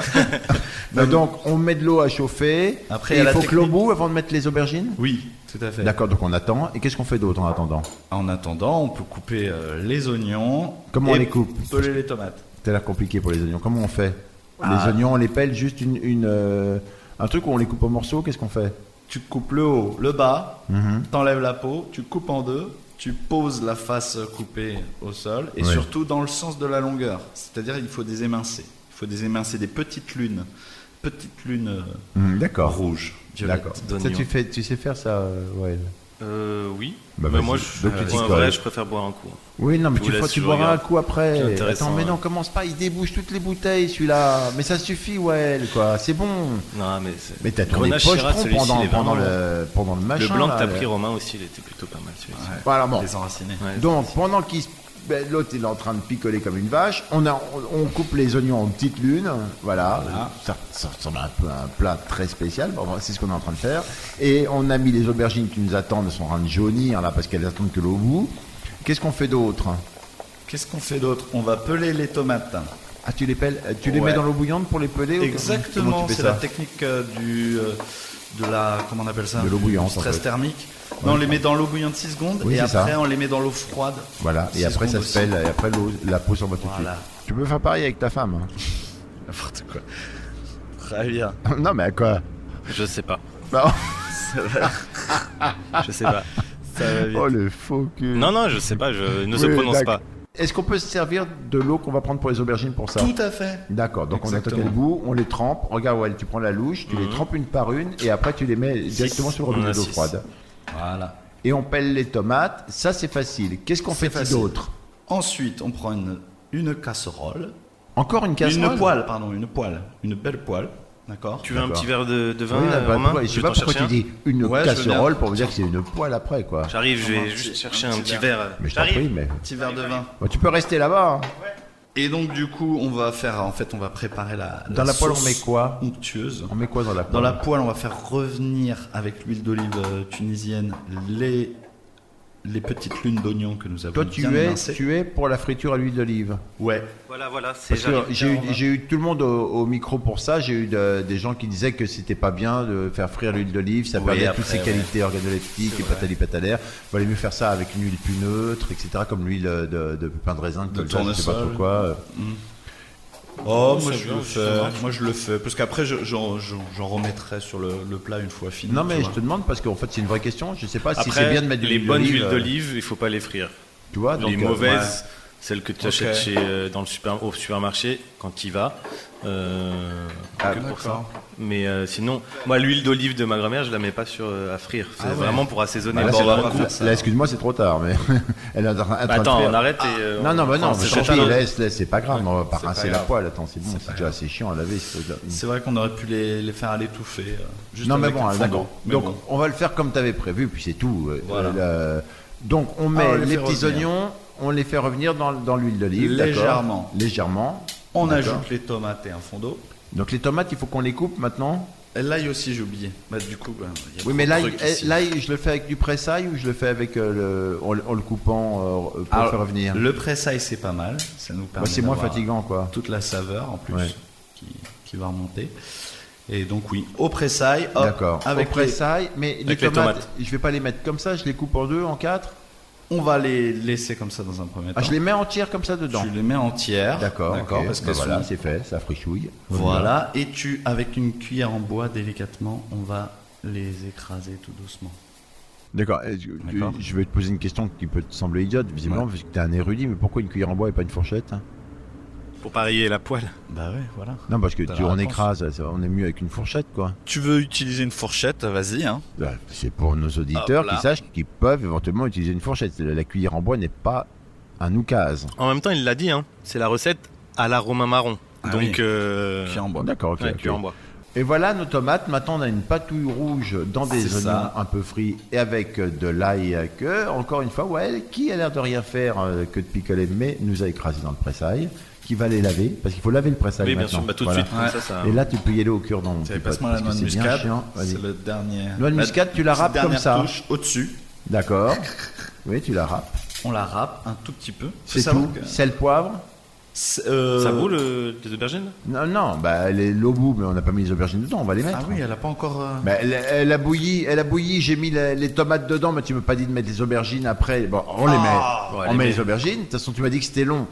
[SPEAKER 5] Mais donc, on met de l'eau à chauffer.
[SPEAKER 4] Après, il
[SPEAKER 5] Et
[SPEAKER 4] y a
[SPEAKER 5] il
[SPEAKER 4] la
[SPEAKER 5] faut que l'eau
[SPEAKER 4] technique.
[SPEAKER 5] boue avant de mettre les aubergines
[SPEAKER 4] Oui, tout à fait.
[SPEAKER 5] D'accord, donc on attend. Et qu'est-ce qu'on fait d'autre en attendant
[SPEAKER 4] En attendant, on peut couper euh, les oignons.
[SPEAKER 5] Comment on
[SPEAKER 4] et
[SPEAKER 5] les coupe
[SPEAKER 4] Peler les tomates.
[SPEAKER 5] T'as l'air compliqué pour les oignons. Comment on fait Les oignons, on les pèle juste une, une, euh, un truc où on les coupe en morceaux. Qu'est-ce qu'on fait
[SPEAKER 4] Tu coupes le haut, le bas,
[SPEAKER 5] Mhm.
[SPEAKER 4] t'enlèves la peau, tu coupes en deux, tu poses la face coupée au sol et
[SPEAKER 5] Ouais.
[SPEAKER 4] surtout dans le sens de la longueur. C'est-à-dire, il faut des émincés. Il faut des émincés, des petites lunes. Petites lunes euh,
[SPEAKER 5] Hum, D'accord.
[SPEAKER 4] rouges. violettes.
[SPEAKER 5] D'accord. Ça,
[SPEAKER 3] d'oignons.
[SPEAKER 5] tu, fais, tu sais faire ça, euh, Wael
[SPEAKER 3] Euh, oui.
[SPEAKER 5] Bah,
[SPEAKER 3] mais
[SPEAKER 5] vas-y.
[SPEAKER 3] moi, je,
[SPEAKER 5] Donc,
[SPEAKER 3] euh,
[SPEAKER 5] tu dis
[SPEAKER 3] pour un
[SPEAKER 5] quoi,
[SPEAKER 3] vrai,
[SPEAKER 5] elle
[SPEAKER 3] je préfère boire un coup.
[SPEAKER 5] Oui, non, mais
[SPEAKER 3] Je vous
[SPEAKER 5] tu, feras-
[SPEAKER 3] laisse,
[SPEAKER 5] tu
[SPEAKER 3] je
[SPEAKER 5] boiras un
[SPEAKER 3] regarde.
[SPEAKER 5] coup
[SPEAKER 3] C'est
[SPEAKER 5] après.
[SPEAKER 3] intéressant, hein.
[SPEAKER 5] Attends, mais
[SPEAKER 3] ouais.
[SPEAKER 5] non, commence pas, il débouche toutes les bouteilles, celui-là. Mais ça suffit, ouais, quoi. C'est bon.
[SPEAKER 3] Non, mais c'est-
[SPEAKER 5] Mais t'as
[SPEAKER 3] le
[SPEAKER 5] trouvé
[SPEAKER 3] Grenache
[SPEAKER 5] poche
[SPEAKER 3] Shiraz,
[SPEAKER 5] tronc
[SPEAKER 3] celui-ci, il
[SPEAKER 5] pendant,
[SPEAKER 3] est
[SPEAKER 5] pendant,
[SPEAKER 3] vraiment-
[SPEAKER 5] le, pendant le machin.
[SPEAKER 3] Le blanc que
[SPEAKER 5] là,
[SPEAKER 3] t'as
[SPEAKER 5] le-
[SPEAKER 3] pris, Romain, aussi, il était plutôt pas mal celui-ci.
[SPEAKER 5] Voilà, bon.
[SPEAKER 4] Les enraciner.
[SPEAKER 3] Ouais.
[SPEAKER 5] Donc, pendant qu'il se- ben, L'autre, il est en train de picoler comme une vache. On, a, on, on coupe les oignons en petites lunes. Voilà. Ça, ça ressemble un peu à un plat très spécial. Bon, c'est ce qu'on est en train de faire. Et on a mis les aubergines qui nous attendent. Elles sont en train de jaunir, là, parce qu'elles attendent que l'eau bout. Qu'est-ce qu'on fait d'autre
[SPEAKER 4] Qu'est-ce qu'on fait d'autre On va peler les tomates.
[SPEAKER 5] Ah, tu les pelles, tu les
[SPEAKER 4] Ouais.
[SPEAKER 5] mets dans l'eau bouillante pour les peler ou comment- comment
[SPEAKER 4] Exactement,
[SPEAKER 5] tu fais
[SPEAKER 4] c'est
[SPEAKER 5] ça
[SPEAKER 4] la technique euh, du euh, de la comment on appelle ça
[SPEAKER 5] De l'eau bouillante,
[SPEAKER 4] Du stress
[SPEAKER 5] en fait.
[SPEAKER 4] thermique. Non, on les met dans l'eau bouillante 6 secondes
[SPEAKER 5] Oui,
[SPEAKER 4] et
[SPEAKER 5] c'est ça.
[SPEAKER 4] après on les met dans l'eau froide.
[SPEAKER 5] Voilà, et
[SPEAKER 4] Six
[SPEAKER 5] après ça
[SPEAKER 4] secondes
[SPEAKER 5] se pèle,
[SPEAKER 4] aussi.
[SPEAKER 5] et après l'eau- la peau s'en va tout de
[SPEAKER 4] Voilà.
[SPEAKER 5] suite. Tu peux faire pareil avec ta femme. hein.
[SPEAKER 4] N'importe quoi. Très bien.
[SPEAKER 5] [laughs] non mais à quoi
[SPEAKER 3] Je sais pas.
[SPEAKER 5] Bah,
[SPEAKER 6] oh.
[SPEAKER 5] Ah.
[SPEAKER 3] Je sais pas.
[SPEAKER 4] Ça va vite.
[SPEAKER 5] Oh le faux cul.
[SPEAKER 3] Non, non, je sais pas, je ne se
[SPEAKER 5] Oui,
[SPEAKER 3] prononce
[SPEAKER 5] d'accord.
[SPEAKER 3] pas.
[SPEAKER 5] Est-ce qu'on peut se servir de l'eau qu'on va prendre pour les aubergines pour ça
[SPEAKER 4] Tout à fait.
[SPEAKER 5] D'accord, donc on
[SPEAKER 4] Exactement. Mhm.
[SPEAKER 5] attaque le bout, on les trempe. Regarde, Wael, tu prends la louche, tu les trempes une par une, et après tu les mets directement sur le
[SPEAKER 3] On en
[SPEAKER 5] robinet
[SPEAKER 3] a
[SPEAKER 5] d'eau
[SPEAKER 3] six.
[SPEAKER 5] froide.
[SPEAKER 4] Voilà.
[SPEAKER 5] Et on pèle les tomates, ça c'est facile. Qu'est-ce qu'on
[SPEAKER 4] C'est
[SPEAKER 5] fait
[SPEAKER 4] facile.
[SPEAKER 5] d'autre
[SPEAKER 4] Ensuite, on prend une, une casserole,
[SPEAKER 5] Encore une casserole
[SPEAKER 4] une poêle, pardon, une poêle, une belle poêle, d'accord.
[SPEAKER 3] Tu veux un
[SPEAKER 5] D'accord.
[SPEAKER 3] petit verre de, de vin,
[SPEAKER 5] Oui, là,
[SPEAKER 3] euh,
[SPEAKER 5] bah,
[SPEAKER 3] Romain
[SPEAKER 5] pourquoi- je
[SPEAKER 3] Je
[SPEAKER 5] sais
[SPEAKER 3] vais
[SPEAKER 5] pas
[SPEAKER 3] t'en
[SPEAKER 5] pourquoi tu
[SPEAKER 3] chercher
[SPEAKER 5] dis une
[SPEAKER 4] Ouais, je veux bien.
[SPEAKER 5] casserole pour me dire que c'est une poêle après quoi.
[SPEAKER 3] un J'arrive, je vais
[SPEAKER 4] petit-
[SPEAKER 3] juste
[SPEAKER 4] un
[SPEAKER 3] chercher un
[SPEAKER 4] petit
[SPEAKER 3] petit verre.
[SPEAKER 5] Mais je t'en
[SPEAKER 3] J'arrive.
[SPEAKER 5] prie, mais
[SPEAKER 4] Petit verre de vin.
[SPEAKER 5] Bon, tu peux rester là-bas. hein.
[SPEAKER 4] Et donc du coup, on va faire, en fait, on va préparer la.
[SPEAKER 6] Dans la poêle, on
[SPEAKER 4] sauce
[SPEAKER 6] met quoi
[SPEAKER 4] Onctueuse.
[SPEAKER 6] On met quoi dans la poêle
[SPEAKER 4] Dans la poêle, on va faire revenir avec l'huile d'olive euh, tunisienne les les petites lunes d'oignon que nous avons
[SPEAKER 6] Toi, tu
[SPEAKER 4] bien
[SPEAKER 6] es,
[SPEAKER 4] émincées.
[SPEAKER 6] tu es pour la friture à l'huile d'olive.
[SPEAKER 4] Ouais.
[SPEAKER 3] Voilà, voilà. c'est
[SPEAKER 6] Parce que j'ai eu, j'ai eu tout le monde au, au micro pour ça. J'ai eu de- des gens qui disaient que c'était pas bien de faire frire l'huile d'olive, ça
[SPEAKER 4] Oui,
[SPEAKER 6] perdait
[SPEAKER 4] après,
[SPEAKER 6] toutes ses
[SPEAKER 4] ouais.
[SPEAKER 6] qualités organoleptiques et patali patalaire. Valait mieux faire ça avec une huile plus neutre, etc., comme l'huile de, de pépins de raisin,
[SPEAKER 4] De
[SPEAKER 6] colza, je sais pas
[SPEAKER 4] tournesol.
[SPEAKER 6] trop quoi.
[SPEAKER 3] Mm,
[SPEAKER 4] Oh,
[SPEAKER 3] Oh,
[SPEAKER 4] moi
[SPEAKER 3] c'est
[SPEAKER 4] je
[SPEAKER 3] bien,
[SPEAKER 4] le
[SPEAKER 3] c'est
[SPEAKER 4] fais.
[SPEAKER 3] dommage.
[SPEAKER 4] Moi je le fais parce qu'après je- j'en j'en- j'en remettrai sur le, le plat une fois fini.
[SPEAKER 6] Non,
[SPEAKER 4] tu
[SPEAKER 6] mais je
[SPEAKER 4] vois.
[SPEAKER 6] te demande parce qu'en fait c'est une vraie question. Je sais pas si c'est
[SPEAKER 3] Après,
[SPEAKER 6] bien de mettre de
[SPEAKER 3] les
[SPEAKER 6] l'huile
[SPEAKER 3] bonnes
[SPEAKER 6] d'olive,
[SPEAKER 3] huiles
[SPEAKER 6] euh,
[SPEAKER 3] d'olive, il faut pas les frire.
[SPEAKER 6] Tu vois, donc,
[SPEAKER 3] les
[SPEAKER 6] euh,
[SPEAKER 3] mauvaises, celles que tu achètes
[SPEAKER 4] Ok.
[SPEAKER 3] chez, euh, dans le super, au supermarché quand tu y vas. euh,
[SPEAKER 6] Ah,
[SPEAKER 3] que pour ça.
[SPEAKER 6] d'accord.
[SPEAKER 3] Mais euh, sinon, moi l'huile d'olive de ma grand-mère, je la mets pas sur euh, à frire. C'est vraiment pour assaisonner.
[SPEAKER 6] bah, là,
[SPEAKER 3] Bon,
[SPEAKER 6] c'est
[SPEAKER 3] on va
[SPEAKER 6] trop-
[SPEAKER 3] pas faire
[SPEAKER 6] là,
[SPEAKER 3] ça.
[SPEAKER 6] excuse-moi, c'est trop tard, mais [laughs] elle est en train- en train de
[SPEAKER 3] Bah, attends,
[SPEAKER 6] faire.
[SPEAKER 3] on arrête et. euh,
[SPEAKER 6] Non,
[SPEAKER 3] on
[SPEAKER 6] non, bah non,
[SPEAKER 3] prend-
[SPEAKER 6] mais
[SPEAKER 3] c'est
[SPEAKER 6] tant
[SPEAKER 3] chacun
[SPEAKER 6] pis,
[SPEAKER 3] notre-
[SPEAKER 6] laisse, laisse, c'est pas grave, on va pas
[SPEAKER 3] C'est
[SPEAKER 6] rincer
[SPEAKER 3] pas
[SPEAKER 6] la
[SPEAKER 3] grave.
[SPEAKER 6] poêle, attends, c'est bon,
[SPEAKER 4] C'est
[SPEAKER 6] c'est
[SPEAKER 4] pas
[SPEAKER 6] déjà
[SPEAKER 4] grave.
[SPEAKER 6] assez chiant à laver. c'est-
[SPEAKER 4] C'est vrai qu'on aurait pu les, les faire à l'étouffer. euh, juste
[SPEAKER 6] Non, mais
[SPEAKER 4] avec
[SPEAKER 6] bon,
[SPEAKER 4] un fondant.
[SPEAKER 6] d'accord.
[SPEAKER 4] Mais
[SPEAKER 6] Donc,
[SPEAKER 4] bon.
[SPEAKER 6] on va le faire comme tu avais prévu, puis c'est tout. Euh,
[SPEAKER 4] Voilà.
[SPEAKER 6] euh, donc, on met
[SPEAKER 4] Ah, on les
[SPEAKER 6] les,
[SPEAKER 4] fait
[SPEAKER 6] petits
[SPEAKER 4] revenir.
[SPEAKER 6] oignons, on les fait revenir dans, dans l'huile d'olive. d'accord
[SPEAKER 4] Légèrement.
[SPEAKER 6] Légèrement.
[SPEAKER 4] on
[SPEAKER 6] D'accord.
[SPEAKER 4] ajoute les tomates et un fond d'eau.
[SPEAKER 6] Donc, les tomates, il faut qu'on les coupe maintenant
[SPEAKER 4] Et L'ail aussi, j'ai oublié. Bah, du coup, bah, il y a trop
[SPEAKER 6] Oui, mais
[SPEAKER 4] de
[SPEAKER 6] l'ail,
[SPEAKER 4] trucs ici.
[SPEAKER 6] eh, l'ail, je le fais avec du pressail ou je le fais avec euh, le, en, le- en le coupant euh, pour
[SPEAKER 4] Alors,
[SPEAKER 6] le faire revenir
[SPEAKER 4] Le pressail, c'est pas mal. Ça nous permet.
[SPEAKER 6] Moi, Bah, C'est moins
[SPEAKER 4] d'avoir
[SPEAKER 6] fatigant, quoi.
[SPEAKER 4] Toute la saveur en plus
[SPEAKER 6] Ouais.
[SPEAKER 4] qui, qui va remonter. Et donc, oui, au pressail, hop,
[SPEAKER 6] D'accord.
[SPEAKER 4] avec
[SPEAKER 6] Au pressail, mais les
[SPEAKER 3] avec les
[SPEAKER 6] tomates,
[SPEAKER 3] tomates.
[SPEAKER 6] je vais pas les mettre comme ça, je les coupe en deux, en quatre.
[SPEAKER 4] les- on va les laisser comme ça dans un premier temps.
[SPEAKER 6] Ah, je les mets entières comme ça dedans.
[SPEAKER 4] Tu les mets entières.
[SPEAKER 6] D'accord,
[SPEAKER 4] D'accord,
[SPEAKER 6] ok.
[SPEAKER 4] parce
[SPEAKER 6] Bah
[SPEAKER 4] qu'elles
[SPEAKER 6] voilà,
[SPEAKER 4] sont-
[SPEAKER 6] c'est fait, ça frichouille.
[SPEAKER 4] Voilà, et tu, avec une cuillère en bois, délicatement, on va les écraser tout doucement.
[SPEAKER 6] D'accord. euh, tu- tu-
[SPEAKER 4] D'accord.
[SPEAKER 6] Je vais te poser une question qui peut te sembler idiote, visiblement, parce que t'es un érudit, mais pourquoi une cuillère en bois et pas une fourchette hein
[SPEAKER 3] Pour parier la poêle.
[SPEAKER 4] Bah ouais, voilà.
[SPEAKER 6] Non, parce que
[SPEAKER 4] T'as
[SPEAKER 6] tu,
[SPEAKER 4] la
[SPEAKER 6] on
[SPEAKER 4] réponse.
[SPEAKER 6] écrase, ça- on est mieux avec une fourchette, quoi.
[SPEAKER 9] Tu veux utiliser une fourchette, vas-y. Hein.
[SPEAKER 6] Bah, C'est pour nos auditeurs
[SPEAKER 9] Hop là.
[SPEAKER 6] qui sachent qu'ils peuvent éventuellement utiliser une fourchette. La la cuillère en bois n'est pas un oukase.
[SPEAKER 3] En même temps, il l'a dit, hein, c'est la recette à la Romain Marron.
[SPEAKER 4] Ah
[SPEAKER 3] Donc,
[SPEAKER 4] oui.
[SPEAKER 3] euh,
[SPEAKER 4] Cuillère en bois.
[SPEAKER 6] D'accord, ok.
[SPEAKER 3] ouais,
[SPEAKER 6] ok.
[SPEAKER 3] cuillère en bois.
[SPEAKER 6] Et voilà nos tomates. Maintenant, on a une patouille rouge dans des
[SPEAKER 4] C'est
[SPEAKER 6] oignons
[SPEAKER 4] ça.
[SPEAKER 6] un peu frits et avec euh, de l'ail euh, que, encore une fois, ouais, qui a l'air de rien faire euh, que de picoler, mais nous a écrasé dans le pressail, qui va les laver, parce qu'il faut laver le pressail
[SPEAKER 3] Oui, bien
[SPEAKER 6] maintenant.
[SPEAKER 3] sûr, bah, tout de
[SPEAKER 6] Voilà.
[SPEAKER 3] suite, comme
[SPEAKER 4] Ouais.
[SPEAKER 3] ça, ça.
[SPEAKER 6] Et là, tu peux y aller au cure-dent. mon
[SPEAKER 4] C'est
[SPEAKER 6] petit
[SPEAKER 4] passe-moi
[SPEAKER 6] pote,
[SPEAKER 4] la noix
[SPEAKER 6] parce
[SPEAKER 4] de
[SPEAKER 6] que c'est bien
[SPEAKER 4] muscade.
[SPEAKER 6] chiant. Vas-y.
[SPEAKER 4] C'est le dernier.
[SPEAKER 6] Noix de
[SPEAKER 4] la-
[SPEAKER 6] muscade, tu la
[SPEAKER 4] petite
[SPEAKER 6] râpes comme
[SPEAKER 4] dernière
[SPEAKER 6] ça.
[SPEAKER 4] touche au-dessus.
[SPEAKER 6] D'accord. Oui, tu la râpes.
[SPEAKER 4] On la râpe un tout petit peu. Faut
[SPEAKER 6] C'est
[SPEAKER 4] savoir
[SPEAKER 6] tout.
[SPEAKER 4] que-
[SPEAKER 6] Sel, poivre.
[SPEAKER 4] c'est, euh,
[SPEAKER 3] Ça vaut le, les aubergines
[SPEAKER 6] Non, non, bah, elle est l'eau bout, mais on n'a pas mis les aubergines dedans, on va les mettre.
[SPEAKER 4] Ah oui, elle a pas encore. euh,
[SPEAKER 6] Mais elle, elle a bouilli, elle a bouilli, j'ai mis les, les tomates dedans, mais tu m'as pas dit de mettre les aubergines après. Bon, on les met.
[SPEAKER 3] ouais,
[SPEAKER 6] on
[SPEAKER 3] les
[SPEAKER 6] met
[SPEAKER 3] met.
[SPEAKER 6] les aubergines. De toute façon, tu m'as dit que c'était long.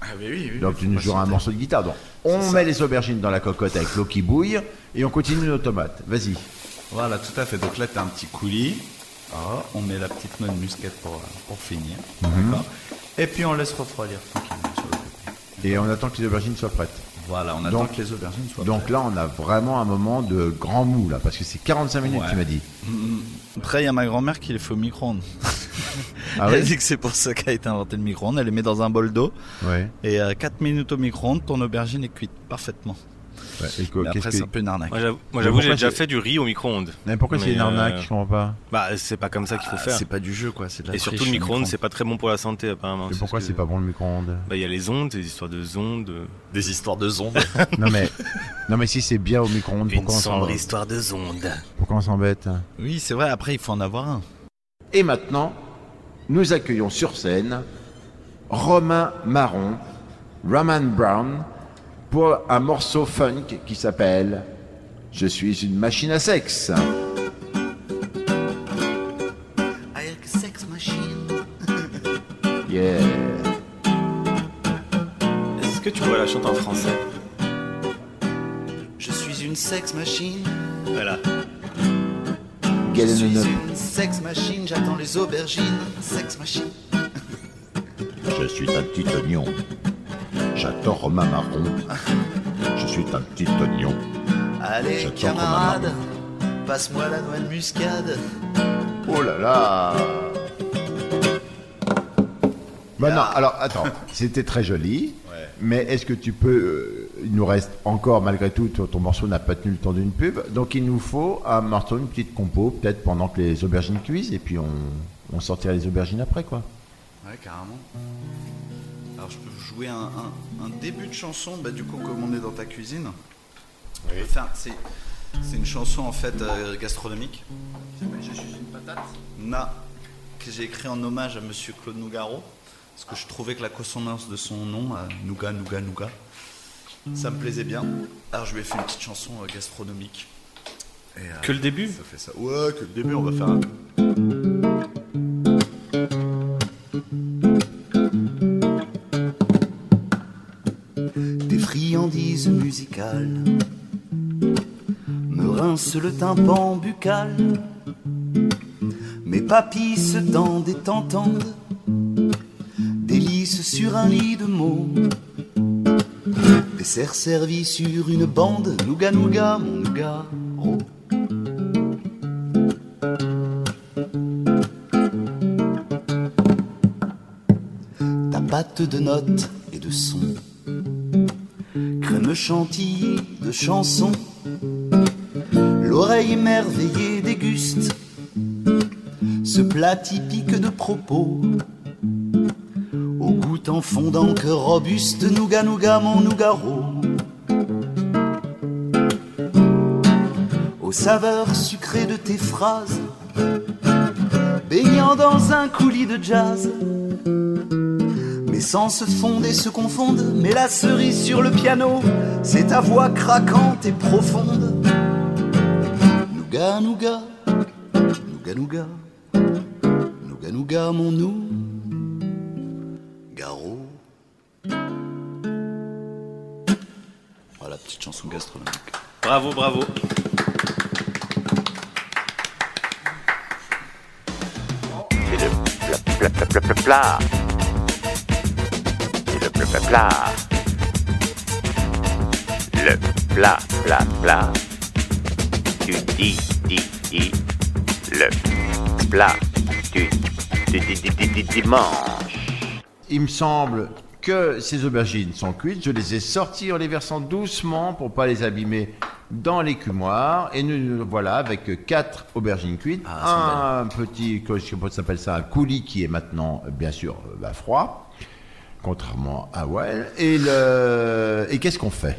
[SPEAKER 4] Ah oui, oui, oui.
[SPEAKER 6] Donc, tu nous
[SPEAKER 4] Faut
[SPEAKER 6] joueras un
[SPEAKER 4] patienter.
[SPEAKER 6] morceau de guitare. Donc, on
[SPEAKER 4] ça.
[SPEAKER 6] met les aubergines dans la cocotte avec l'eau qui bouille et on continue nos tomates. Vas-y.
[SPEAKER 4] Voilà, tout à fait. Donc là, tu as un petit coulis. Ah, on met la petite noix de muscade pour, euh, pour finir. D'accord. Et puis on laisse refroidir tranquillement sur le côté.
[SPEAKER 6] Et on attend que les aubergines soient prêtes.
[SPEAKER 4] Voilà, on attend
[SPEAKER 6] Donc-
[SPEAKER 4] que les aubergines soient
[SPEAKER 6] Donc là, on a vraiment un moment de grand mou, là, parce que c'est 45 minutes,
[SPEAKER 4] Ouais.
[SPEAKER 6] tu m'as dit.
[SPEAKER 4] Après, il y a ma grand-mère qui les fait au [laughs] micro-ondes.
[SPEAKER 6] Ah
[SPEAKER 4] elle
[SPEAKER 6] oui
[SPEAKER 4] dit que c'est pour ça qu'elle a été inventé le micro-ondes. Elle les met dans un bol d'eau.
[SPEAKER 6] Ouais.
[SPEAKER 4] Et 4 minutes au micro-ondes, ton aubergine est cuite parfaitement.
[SPEAKER 6] Ouais. Et que-
[SPEAKER 4] Mais
[SPEAKER 6] qu'est-ce
[SPEAKER 4] après,
[SPEAKER 6] que-
[SPEAKER 4] c'est un peu une arnaque.
[SPEAKER 3] Moi, j'avoue- moi,
[SPEAKER 6] Mais
[SPEAKER 3] j'avoue, j'ai
[SPEAKER 6] pourquoi
[SPEAKER 3] déjà
[SPEAKER 6] c'est-
[SPEAKER 3] fait du riz au micro-ondes.
[SPEAKER 6] Mais pourquoi c'est
[SPEAKER 3] Mais,
[SPEAKER 6] une
[SPEAKER 3] euh,
[SPEAKER 6] arnaque Je comprends pas.
[SPEAKER 3] Bah, c'est pas comme ça qu'il faut
[SPEAKER 4] Ah,
[SPEAKER 3] faire.
[SPEAKER 4] C'est pas du jeu, quoi. C'est de la
[SPEAKER 3] Et surtout,
[SPEAKER 4] triche,
[SPEAKER 3] le micro-ondes, c'est
[SPEAKER 4] micro-ondes.
[SPEAKER 3] pas très bon pour la santé, apparemment.
[SPEAKER 6] Mais
[SPEAKER 3] C'est
[SPEAKER 6] pourquoi
[SPEAKER 3] ce
[SPEAKER 6] c'est
[SPEAKER 3] que-
[SPEAKER 6] pas bon le micro-ondes
[SPEAKER 3] Bah, il y a les ondes, les histoires de ondes.
[SPEAKER 4] des histoires de zombies.
[SPEAKER 6] Non mais, [laughs] non mais si c'est bien au micro-ondes, pourquoi on s'embête
[SPEAKER 3] histoire de ondes.
[SPEAKER 6] Pourquoi on s'embête
[SPEAKER 4] [laughs] oui, c'est vrai. Après, il faut en avoir un.
[SPEAKER 6] Et maintenant, nous accueillons sur scène Romain Marron, Roman Brown, pour un morceau funk qui s'appelle Je suis une machine à sexe. Yeah.
[SPEAKER 3] Est-ce que tu pourrais la chanter en français
[SPEAKER 4] Je suis une sex machine.
[SPEAKER 3] Voilà.
[SPEAKER 6] Get in the-
[SPEAKER 4] une sex machine. J'attends les aubergines. Sex machine.
[SPEAKER 6] Je suis un petit oignon. J'attends Romain Marron. Je suis un petit oignon.
[SPEAKER 4] Allez,
[SPEAKER 6] J'attends camarade,
[SPEAKER 4] Passe-moi la noix de muscade.
[SPEAKER 6] Oh là là Bah non, alors attends, c'était très joli, mais est-ce que tu peux... euh, il nous reste encore, malgré tout, ton, ton morceau n'a pas tenu le temps d'une pub, donc il nous faut un morceau, une petite compo, peut-être pendant que les aubergines cuisent, et puis on, on sortira les aubergines après, quoi.
[SPEAKER 4] Ouais, carrément. Alors je peux vous jouer un, un- un début de chanson, bah, du coup comme on est dans ta cuisine. Je peux faire- c'est, c'est une chanson en fait euh, gastronomique. Qui s'appelle Je suis une patate. Na, que j'ai écrit en hommage à Monsieur Claude Nougaro, parce que je trouvais que la consonance de son nom, euh, Nougat, Nougat, Nougat, ça me plaisait bien. Alors je lui ai fait une petite chanson euh, gastronomique. Et, euh,
[SPEAKER 3] Que le début
[SPEAKER 4] ça fait ça. Ouais, que le début, on va faire un.
[SPEAKER 10] des friandises musicales me rincent le tympan buccal. Mes papilles se tendent et t'entendent, délices sur un lit de mots. Dessert servi sur une bande, nougat nougat, mon nougat. oh. Ta pâte de notes et de sons crème chantilly de chansons. L'oreille émerveillée déguste ce plat typique de propos. Au goût en fondant que robuste, nougat nougat mon nougaro. Aux saveurs sucrées de tes phrases, baignant dans un coulis de jazz. Mes sens se fondent et se confondent, mais la cerise sur le piano, c'est ta voix craquante et profonde. Nougat, nougat, nougat, nougat, nougat, nougat, mon nous, garot. Voilà, petite chanson gastronomique.
[SPEAKER 3] Bravo, bravo.
[SPEAKER 1] C'est le pla- pla- pla- pla- plat. C'est le pla- pla- plat. Le plat, plat, plat. Tu dis, dis, dis. Le plat du, du, du- du- du- du dimanche.
[SPEAKER 6] Il me semble que ces aubergines sont cuites. Je les ai sorties en les versant doucement pour pas les abîmer dans l'écumoire. Et nous, nous voilà avec quatre aubergines cuites. un petit, que- je sais pas comment ça s'appelle ça, un coulis qui est maintenant, euh, bien sûr, euh, bah, froid. Contrairement à Well. Et, le... et qu'est-ce qu'on fait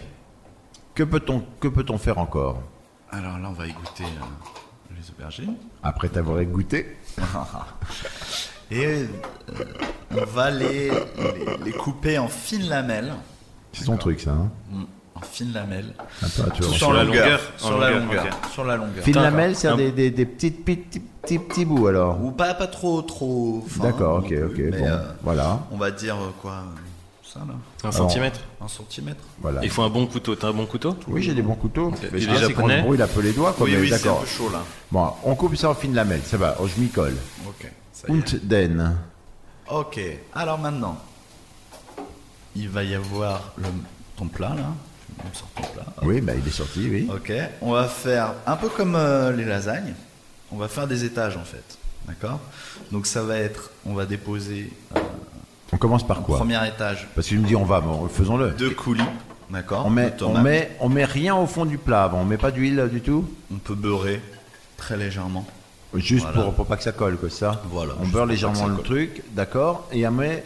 [SPEAKER 6] Que peut-on que peut-on faire encore
[SPEAKER 4] Alors là, on va égoutter euh, les aubergines.
[SPEAKER 6] Après t'avoir goûté
[SPEAKER 4] Et euh, on va les, les- les couper en fines lamelles.
[SPEAKER 6] C'est ton truc, ça. Hein
[SPEAKER 4] Mm, En fines lamelles.
[SPEAKER 6] Attends, Ah, tu vas
[SPEAKER 4] Sur,
[SPEAKER 6] en
[SPEAKER 3] la
[SPEAKER 4] la longueur.
[SPEAKER 3] longueur, en
[SPEAKER 4] Sur la
[SPEAKER 3] longueur,
[SPEAKER 4] longueur.
[SPEAKER 3] ok.
[SPEAKER 4] Sur la longueur.
[SPEAKER 6] Fine
[SPEAKER 3] D'accord.
[SPEAKER 6] lamelle, c'est
[SPEAKER 3] Un-
[SPEAKER 6] des, des, des petits, petits, petits, petits bouts alors.
[SPEAKER 4] Ou pas, pas trop, trop fin.
[SPEAKER 6] D'accord,
[SPEAKER 4] non
[SPEAKER 6] ok, ok.
[SPEAKER 4] plus, mais,
[SPEAKER 6] bon,
[SPEAKER 4] euh,
[SPEAKER 6] voilà,
[SPEAKER 4] On va dire euh, quoi euh, Ça là
[SPEAKER 3] Un centimètre.
[SPEAKER 4] Un centimètre
[SPEAKER 6] voilà.
[SPEAKER 3] Il faut un bon couteau. T'as un bon couteau
[SPEAKER 6] Oui, j'ai des bons couteaux.
[SPEAKER 3] Et
[SPEAKER 6] Mais je
[SPEAKER 3] les
[SPEAKER 6] c'est qu'on
[SPEAKER 3] Japonais
[SPEAKER 6] se brûle un peu les doigts, quoi.
[SPEAKER 4] Oui,
[SPEAKER 6] Oh, mais
[SPEAKER 4] oui, c'est un
[SPEAKER 6] d'accord.
[SPEAKER 4] peu chaud là.
[SPEAKER 6] Bon, on coupe ça en fine lamelle, ça va. Oh, je m'y colle.
[SPEAKER 4] Ok, ça y est.
[SPEAKER 6] Und den.
[SPEAKER 4] Ok, alors maintenant, il va y avoir le- ton plat là. On me sort ton plat. Hop.
[SPEAKER 6] Oui, bah, il est sorti, oui.
[SPEAKER 4] Ok, on va faire un peu comme euh, les lasagnes, on va faire des étages en fait. D'accord Donc ça va être, on va déposer euh,
[SPEAKER 6] On commence par quoi
[SPEAKER 4] premier étage
[SPEAKER 6] Parce qu'il me dit, on va, bon, faisons-le.
[SPEAKER 4] deux coulis. D'accord
[SPEAKER 6] On met,
[SPEAKER 4] de
[SPEAKER 6] on,
[SPEAKER 4] tomates.
[SPEAKER 6] met, on met rien au fond du plat avant, on met pas d'huile euh, du tout
[SPEAKER 4] On peut beurrer très légèrement.
[SPEAKER 6] Juste
[SPEAKER 4] Voilà.
[SPEAKER 6] pour, pour pas que ça colle, quoi, ça.
[SPEAKER 4] Voilà,
[SPEAKER 6] On
[SPEAKER 4] juste
[SPEAKER 6] beurre
[SPEAKER 4] pour
[SPEAKER 6] légèrement
[SPEAKER 4] pas que ça
[SPEAKER 6] le
[SPEAKER 4] colle.
[SPEAKER 6] truc, d'accord, et on met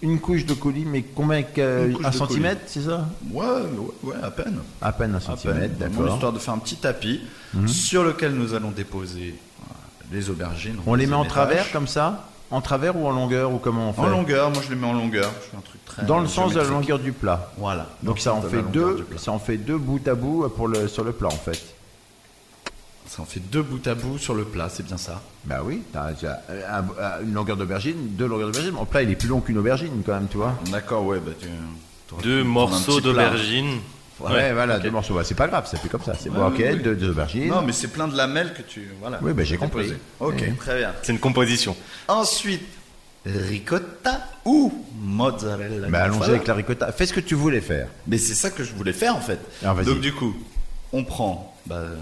[SPEAKER 6] une couche de coulis, mais combien que-
[SPEAKER 4] Une couche
[SPEAKER 6] Un
[SPEAKER 4] de
[SPEAKER 6] centimètre, c'est ça
[SPEAKER 4] Ouais, ouais, ouais, à peine.
[SPEAKER 6] À peine un
[SPEAKER 4] À peine.
[SPEAKER 6] centimètre,
[SPEAKER 4] Vraiment,
[SPEAKER 6] d'accord. Mhm.
[SPEAKER 4] Histoire de faire un petit tapis sur lequel nous allons déposer euh, les aubergines.
[SPEAKER 6] On les met en
[SPEAKER 4] étages.
[SPEAKER 6] travers comme ça En travers ou en longueur ou comment on fait
[SPEAKER 4] En longueur, moi je les mets en longueur. Je fais un truc très
[SPEAKER 6] Dans le sens de la
[SPEAKER 4] géométrique.
[SPEAKER 6] longueur du plat.
[SPEAKER 4] Voilà. Dans
[SPEAKER 6] Donc
[SPEAKER 4] le
[SPEAKER 6] ça
[SPEAKER 4] sens
[SPEAKER 6] en
[SPEAKER 4] de la
[SPEAKER 6] fait
[SPEAKER 4] longueur
[SPEAKER 6] deux,
[SPEAKER 4] du plat.
[SPEAKER 6] ça en fait deux bout à bout euh, pour le sur le plat en fait.
[SPEAKER 4] Ça en fait deux bout à bout sur le plat, c'est bien ça.
[SPEAKER 6] Bah oui, t'as t'as un- un- une longueur d'aubergine, deux longueurs d'aubergine. Mon plat il est plus long qu'une aubergine quand même, tu vois.
[SPEAKER 4] D'accord, ouais, bah tu. t'aurais pu
[SPEAKER 3] Deux
[SPEAKER 4] prendre un
[SPEAKER 3] morceaux
[SPEAKER 4] petit plat.
[SPEAKER 3] d'aubergine.
[SPEAKER 6] Ouais, voilà, deux morceaux. Bah, c'est pas grave, ça fait comme ça. C'est bon,
[SPEAKER 4] Ouais,
[SPEAKER 6] ok,
[SPEAKER 4] oui, oui.
[SPEAKER 6] deux, deux aubergines.
[SPEAKER 4] Non, mais c'est plein de lamelles que tu. Voilà.
[SPEAKER 6] Oui, bah, j'ai compris.
[SPEAKER 4] Déposé. Ok,
[SPEAKER 6] Et-
[SPEAKER 4] très bien.
[SPEAKER 3] C'est une composition.
[SPEAKER 4] Ensuite, ricotta ou mozzarella.
[SPEAKER 6] Bah, allons-y
[SPEAKER 4] Voilà.
[SPEAKER 6] avec la ricotta. Fais ce que tu voulais faire.
[SPEAKER 4] Mais c'est ça que je voulais faire en fait.
[SPEAKER 6] Alors, vas-y.
[SPEAKER 4] Donc du coup, on prend. Bah, euh,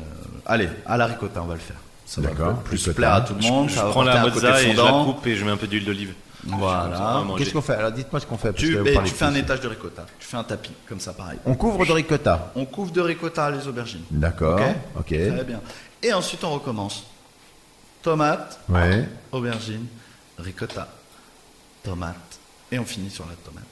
[SPEAKER 4] allez, à la ricotta, on va le faire. Ça va
[SPEAKER 6] D'accord,
[SPEAKER 4] peut-être plus
[SPEAKER 6] ricotta.
[SPEAKER 4] plaire à tout le monde.
[SPEAKER 3] Je
[SPEAKER 4] ça va
[SPEAKER 3] prends la
[SPEAKER 4] apporter un
[SPEAKER 3] mozza
[SPEAKER 4] côté
[SPEAKER 3] et je la
[SPEAKER 4] fondant.
[SPEAKER 3] coupe et je mets un peu d'huile d'olive.
[SPEAKER 4] Voilà.
[SPEAKER 3] Manger.
[SPEAKER 6] Qu'est-ce qu'on fait Alors dites-moi ce qu'on fait. parce que Oh.
[SPEAKER 4] Tu,
[SPEAKER 6] vous
[SPEAKER 4] ben,
[SPEAKER 6] parlez
[SPEAKER 4] tu fais un
[SPEAKER 6] plus.
[SPEAKER 4] étage de ricotta. Tu fais un tapis, comme ça, pareil.
[SPEAKER 6] On couvre de ricotta.
[SPEAKER 4] On couvre de ricotta les aubergines.
[SPEAKER 6] D'accord. Ok.
[SPEAKER 4] Très bien. Et ensuite, on recommence. Tomate,
[SPEAKER 6] Ouais.
[SPEAKER 4] aubergine, ricotta, tomate. Et on finit sur la tomate.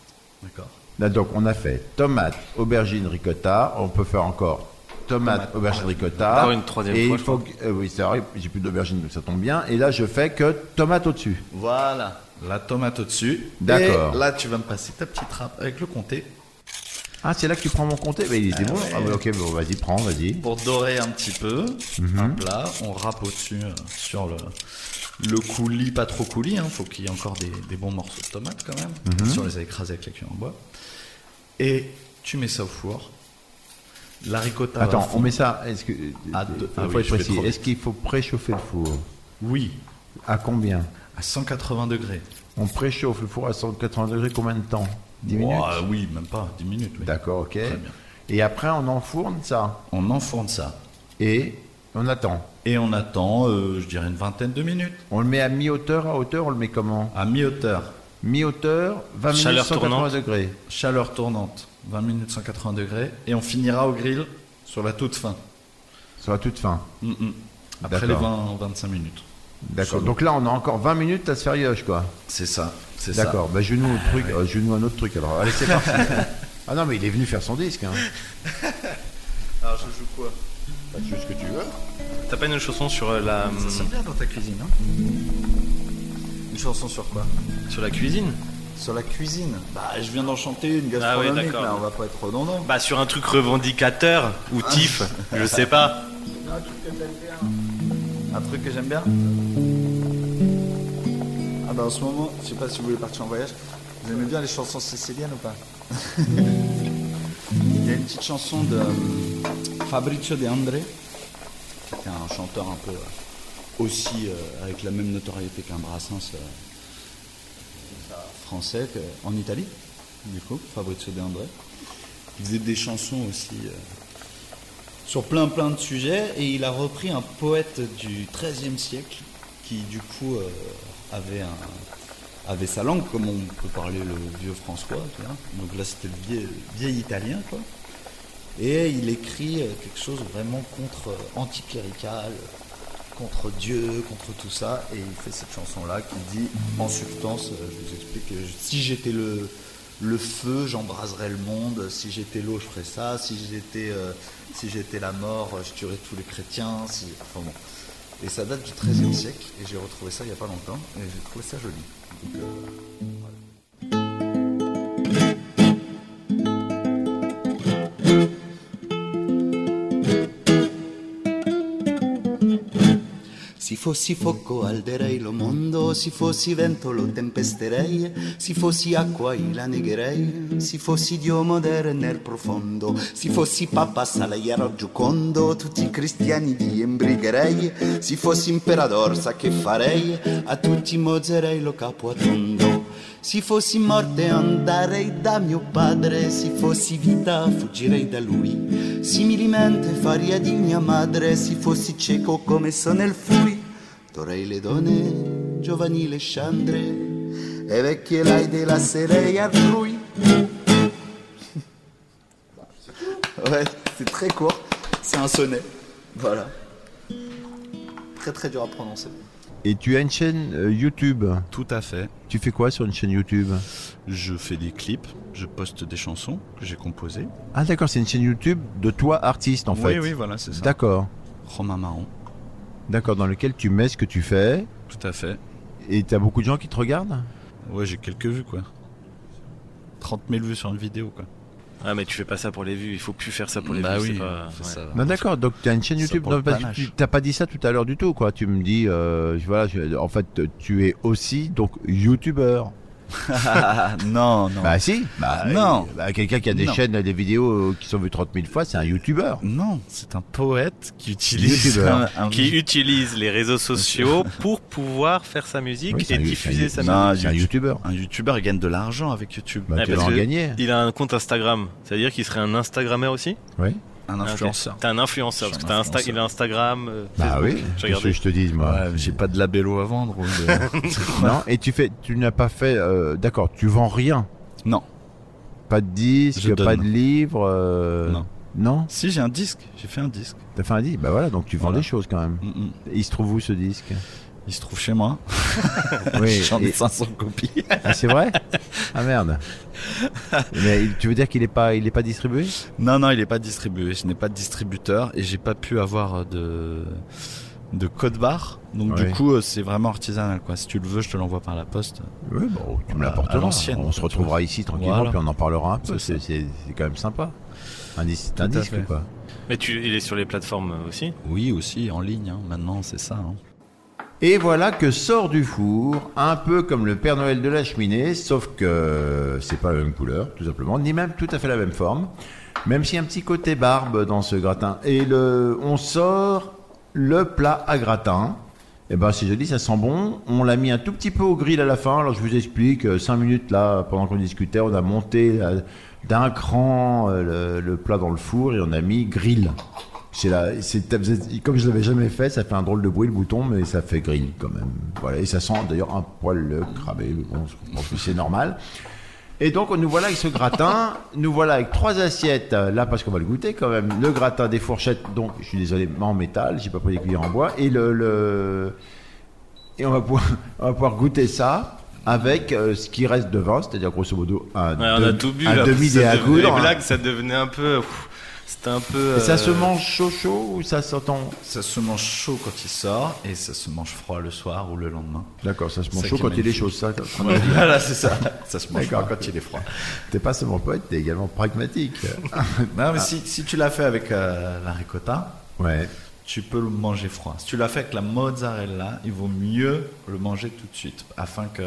[SPEAKER 4] D'accord.
[SPEAKER 5] Là, donc, on a fait tomate, aubergine, ricotta. On peut faire encore tomate, aubergine, ricotta.
[SPEAKER 3] Encore une troisième
[SPEAKER 5] et
[SPEAKER 3] fois,
[SPEAKER 5] il
[SPEAKER 3] je
[SPEAKER 5] faut que- euh, oui, c'est vrai, j'ai plus d'aubergine, donc ça tombe bien. Et là, je fais que tomate au-dessus.
[SPEAKER 4] Voilà, la tomate au-dessus.
[SPEAKER 5] D'accord.
[SPEAKER 4] Et là, tu vas me passer ta petite râpe avec le comté
[SPEAKER 5] Ah, c'est là que tu prends mon comté Mais il était
[SPEAKER 4] Ah
[SPEAKER 5] bon.
[SPEAKER 4] ouais.
[SPEAKER 5] Ah, ouais, ok, bon, vas-y, prends, vas-y.
[SPEAKER 4] pour dorer un petit peu.
[SPEAKER 5] Mhm.
[SPEAKER 4] Hop là, on râpe au-dessus euh, sur le, le coulis, pas trop coulis, hein, faut qu'il y ait encore des, des bons morceaux de tomate quand même,
[SPEAKER 5] Mhm.
[SPEAKER 4] si on les a écrasés avec la cuillère en bois. Et tu mets ça au four. La ricotta. va
[SPEAKER 5] Attends, on
[SPEAKER 4] fondre.
[SPEAKER 5] met ça. Est-ce que.
[SPEAKER 4] Ah, deux-
[SPEAKER 5] faut
[SPEAKER 4] ah oui,
[SPEAKER 5] être
[SPEAKER 4] je vais
[SPEAKER 5] précis.
[SPEAKER 4] trop vite.
[SPEAKER 5] Est-ce qu'il faut préchauffer le four
[SPEAKER 4] Oui,
[SPEAKER 5] À combien
[SPEAKER 4] à 180 degrés.
[SPEAKER 5] On préchauffe le four à 180 degrés combien de temps 10 minutes
[SPEAKER 4] Ouah, Oui, même pas, 10 minutes. oui.
[SPEAKER 5] D'accord, ok.
[SPEAKER 4] Très bien.
[SPEAKER 5] Et après, on enfourne ça.
[SPEAKER 4] On enfourne ça.
[SPEAKER 5] Et on attend.
[SPEAKER 4] Et on attend, euh, je dirais, une vingtaine de minutes.
[SPEAKER 5] On le met à mi-hauteur, à hauteur, on le met comment
[SPEAKER 4] À mi-hauteur,
[SPEAKER 5] Mi-hauteur, 20 minutes,
[SPEAKER 3] Chaleur
[SPEAKER 5] 180
[SPEAKER 3] tournante.
[SPEAKER 5] degrés.
[SPEAKER 4] chaleur tournante, 20 minutes 180 degrés. Et on finira au grill sur la toute fin.
[SPEAKER 5] Sur la toute fin.
[SPEAKER 4] Mm, mm. Après les
[SPEAKER 5] D'accord.
[SPEAKER 4] 20, 25 minutes.
[SPEAKER 5] D'accord.
[SPEAKER 4] Sur-
[SPEAKER 5] Donc là, on a encore 20 minutes à se faire yoche, quoi.
[SPEAKER 4] C'est ça, c'est ça.
[SPEAKER 5] D'accord. Bah, je nous
[SPEAKER 4] Ah,
[SPEAKER 5] un truc, euh, joue-nous un autre truc alors. Allez, c'est parti. ah non, mais il est venu faire son disque. Hein.
[SPEAKER 4] Alors je joue quoi
[SPEAKER 5] Bah, tu veux ce que tu veux.
[SPEAKER 3] T'as pas une chanson sur euh, la,
[SPEAKER 4] Ça sonne bien dans ta cuisine, hein Une chanson sur quoi
[SPEAKER 3] sur la cuisine
[SPEAKER 4] Sur la cuisine. Bah je viens d'en chanter une
[SPEAKER 3] Ah ouais,
[SPEAKER 4] gastronomique,
[SPEAKER 3] d'accord.
[SPEAKER 4] là, on va pas être redondant.
[SPEAKER 3] Bah sur un truc revendicateur ou
[SPEAKER 4] Ah.
[SPEAKER 3] tif, je sais pas.
[SPEAKER 4] Un truc que j'aime bien Ah bah en ce moment, je sais pas si vous voulez partir en voyage, vous aimez bien les chansons siciliennes ou pas [laughs] Il y a une petite chanson de euh, Fabrizio De André, qui était un chanteur un peu euh, aussi euh, avec la même notoriété qu'un Brassens euh, français que- en Italie, du coup, Fabrizio De André. Il faisait des chansons aussi... euh, sur plein plein de sujets et il a repris un poète du XIIIe siècle qui du coup euh, avait, un- avait sa langue comme on peut parler le vieux François. tu vois. Donc là c'était le vieil, vieil italien quoi. Et il écrit euh, quelque chose vraiment contre euh, anticlérical, euh, contre Dieu, contre tout ça. Et il fait cette chanson-là qui dit, en substance, euh, je vous explique, euh, si j'étais le, le feu, j'embraserais le monde. Si j'étais l'eau, je ferais ça. Si j'étais euh, si j'étais la mort, euh, je tuerais tous les chrétiens. Si... Enfin bon. Et ça date du XIIIe siècle. Et j'ai retrouvé ça il n'y a pas longtemps. Et j'ai trouvé ça joli. Donc, euh,
[SPEAKER 11] Se fossi fuoco alderei lo mondo, se fossi vento lo tempesterei, se fossi acqua io la negherei, se fossi Dio modere nel profondo, se fossi Papa Salaiero Giocondo, tutti i cristiani li imbrigherei, se fossi imperador sa che farei, a tutti mozzerei lo capo a tondo. Se fossi morte andarei da mio padre, se fossi vita fuggirei da lui. Similmente faria di mia madre, se fossi cieco come sono il fui. Dorei le donne, giovanili le sciandre, e vecchie lai delasserei a lui. [laughs] Ouais, c'est très court, c'est un sonnet. Voilà. Très très dur à prononcer.
[SPEAKER 5] Et tu as une chaîne euh, YouTube.
[SPEAKER 4] tout à fait.
[SPEAKER 5] Tu fais quoi sur une chaîne YouTube
[SPEAKER 4] Je fais des clips, je poste des chansons que j'ai composées.
[SPEAKER 5] Ah d'accord, c'est une chaîne YouTube de toi artiste en fait.
[SPEAKER 4] Oui, oui, voilà, c'est ça.
[SPEAKER 5] D'accord.
[SPEAKER 4] Romain Marron,
[SPEAKER 5] D'accord, dans lequel tu mets ce que tu fais.
[SPEAKER 4] tout à fait.
[SPEAKER 5] Et t'as beaucoup de gens qui te regardent
[SPEAKER 4] Ouais, j'ai quelques vues, quoi. 30 000 vues sur une vidéo, quoi.
[SPEAKER 3] Ah mais tu fais pas ça pour les vues, il faut plus faire ça pour les
[SPEAKER 4] bah
[SPEAKER 3] vues.
[SPEAKER 4] oui,
[SPEAKER 3] c'est pas-
[SPEAKER 4] faut
[SPEAKER 3] ouais.
[SPEAKER 4] ça.
[SPEAKER 5] Non Bah, d'accord, donc tu as une chaîne
[SPEAKER 4] Ça
[SPEAKER 5] YouTube.
[SPEAKER 4] pour le
[SPEAKER 5] Non, parce que
[SPEAKER 4] panache.
[SPEAKER 5] tu t'as pas dit ça tout à l'heure du tout quoi. Tu me dis, euh, je- voilà, je- en fait tu es aussi donc YouTubeur.
[SPEAKER 4] [laughs] non, non.
[SPEAKER 5] Bah si. Bah,
[SPEAKER 4] non.
[SPEAKER 5] euh, bah, quelqu'un qui a des
[SPEAKER 4] Non.
[SPEAKER 5] chaînes, des vidéos euh, qui sont vues 30 000 fois, c'est un YouTubeur.
[SPEAKER 4] non, c'est un poète qui utilise
[SPEAKER 5] Youtubeur.
[SPEAKER 4] un- un-
[SPEAKER 3] Qui utilise les réseaux sociaux pour pouvoir faire sa musique
[SPEAKER 5] Oui, c'est
[SPEAKER 3] et
[SPEAKER 5] un-
[SPEAKER 3] diffuser
[SPEAKER 5] c'est
[SPEAKER 3] sa
[SPEAKER 5] un-
[SPEAKER 3] musique.
[SPEAKER 4] Non,
[SPEAKER 5] C'est un
[SPEAKER 4] YouTube-
[SPEAKER 5] YouTubeur.
[SPEAKER 4] Un youtubeur gagne de l'argent avec YouTube. Ah,
[SPEAKER 5] Bah,
[SPEAKER 3] Ouais,
[SPEAKER 5] tu vas
[SPEAKER 3] parce
[SPEAKER 5] en
[SPEAKER 3] que-
[SPEAKER 5] gagner.
[SPEAKER 3] Il a un compte Instagram, c'est-à-dire qu'il serait un Instagrammeur aussi
[SPEAKER 5] Oui.
[SPEAKER 4] Un influenceur.
[SPEAKER 3] Ah, ok. T'es un influenceur,
[SPEAKER 4] Je
[SPEAKER 3] parce
[SPEAKER 4] suis
[SPEAKER 3] que t'as
[SPEAKER 4] un
[SPEAKER 3] Insta-
[SPEAKER 4] influenceur.
[SPEAKER 3] il a Instagram. euh,
[SPEAKER 5] Bah
[SPEAKER 3] Facebook.
[SPEAKER 5] oui.
[SPEAKER 3] J'ai
[SPEAKER 5] Qu'est-ce que
[SPEAKER 3] regardé.
[SPEAKER 5] je te dis moi
[SPEAKER 4] Ouais, j'ai pas de labello à vendre. ou de-
[SPEAKER 5] [laughs] Non. Et tu fais, tu n'as pas fait. euh, d'accord, tu vends rien.
[SPEAKER 4] non.
[SPEAKER 5] Pas de disque,
[SPEAKER 4] [laughs] Je donne.
[SPEAKER 5] pas de livre. euh,
[SPEAKER 4] Non.
[SPEAKER 5] Non
[SPEAKER 4] Si, j'ai un disque. J'ai fait un disque.
[SPEAKER 5] T'as fait un disque Bah voilà, donc tu vends
[SPEAKER 4] Voilà.
[SPEAKER 5] des choses quand même.
[SPEAKER 4] Mm, mm.
[SPEAKER 5] Il se trouve où ce disque
[SPEAKER 6] Il se trouve
[SPEAKER 5] [laughs]
[SPEAKER 6] chez moi.
[SPEAKER 5] Oui,
[SPEAKER 6] J'en ai
[SPEAKER 5] et-
[SPEAKER 6] 500 copies.
[SPEAKER 5] Ah, c'est vrai Ah merde. Mais il- tu veux dire qu'il n'est pas, il est pas distribué
[SPEAKER 6] [laughs] Non, non, il n'est pas distribué. Je n'ai pas de distributeur et j'ai pas pu avoir euh, de, de code barre. Donc,
[SPEAKER 5] Ouais.
[SPEAKER 6] du coup, euh, c'est vraiment artisanal. Quoi. Si tu le veux, je te l'envoie par la poste.
[SPEAKER 5] Oui, bon, tu me
[SPEAKER 6] À- à
[SPEAKER 5] l'apporteras.
[SPEAKER 6] l'ancienne,
[SPEAKER 5] Bah, On se
[SPEAKER 6] quoi, tu
[SPEAKER 5] retrouvera
[SPEAKER 6] vois.
[SPEAKER 5] ici tranquillement,
[SPEAKER 6] Voilà.
[SPEAKER 5] puis on en parlera un peu.
[SPEAKER 6] C'est
[SPEAKER 5] C'est c'est- c'est quand même sympa. Un, dis- un
[SPEAKER 6] à
[SPEAKER 5] disque,
[SPEAKER 6] fait.
[SPEAKER 5] quoi.
[SPEAKER 3] Mais tu, il est sur les plateformes aussi.
[SPEAKER 6] Oui, aussi, en ligne. hein. Maintenant, c'est ça. hein.
[SPEAKER 5] Et voilà que sort du four, un peu comme le Père Noël de la cheminée, sauf que c'est pas la même couleur, tout simplement, ni même tout à fait la même forme, même si un petit côté barbe dans ce gratin. Et le, on sort le plat à gratin. Eh ben c'est joli, ça sent bon. On l'a mis un tout petit peu au grill à la fin. Alors je vous explique, euh, cinq minutes là, pendant qu'on discutait, on a monté euh, d'un cran euh, le, le plat dans le four et on a mis grill. C'est la- c'est- vous êtes- comme je l'avais jamais fait, ça fait un drôle de bruit le bouton, mais ça fait grill quand même. Voilà, et ça sent d'ailleurs un poil le cramé, mais bon, je pense que c'est normal. Et donc nous voilà avec ce gratin, nous voilà avec trois assiettes, euh, là parce qu'on va le goûter quand même, le gratin des fourchettes, donc je suis désolé, mais en métal, j'ai pas pris des cuillères en bois, et le, le- et on va, pouvoir, on va pouvoir goûter ça avec euh, ce qui reste de vin, c'est-à-dire grosso modo
[SPEAKER 3] Ouais,
[SPEAKER 5] un,
[SPEAKER 3] on a
[SPEAKER 5] demi-
[SPEAKER 3] tout bu.
[SPEAKER 5] un
[SPEAKER 3] là,
[SPEAKER 5] demi
[SPEAKER 3] ça
[SPEAKER 5] des à
[SPEAKER 3] devenait-
[SPEAKER 5] coudre,
[SPEAKER 3] Les
[SPEAKER 5] hein.
[SPEAKER 3] blagues, ça devenait un peu. pff, C'était un peu.
[SPEAKER 5] Et ça
[SPEAKER 3] euh,
[SPEAKER 5] se mange chaud chaud ou ça s'entend
[SPEAKER 6] Ça se mange chaud quand il sort et ça se mange froid le soir ou le lendemain.
[SPEAKER 5] D'accord, ça se mange
[SPEAKER 6] Ça
[SPEAKER 5] chaud
[SPEAKER 6] qui
[SPEAKER 5] quand
[SPEAKER 6] est
[SPEAKER 5] il est
[SPEAKER 6] magnifique.
[SPEAKER 5] chaud, ça. quand-
[SPEAKER 6] [laughs] voilà, c'est ça. Ça se mange
[SPEAKER 5] D'accord,
[SPEAKER 6] froid.
[SPEAKER 5] quand il est froid. T'es pas seulement poète, t'es également
[SPEAKER 3] [laughs]
[SPEAKER 5] pragmatique.
[SPEAKER 6] Non,
[SPEAKER 5] Ah.
[SPEAKER 6] mais si, si tu l'as fait avec euh, la ricotta,
[SPEAKER 5] ouais.
[SPEAKER 6] tu peux le manger froid. Si tu l'as fait avec la mozzarella, il vaut mieux le manger tout de suite afin que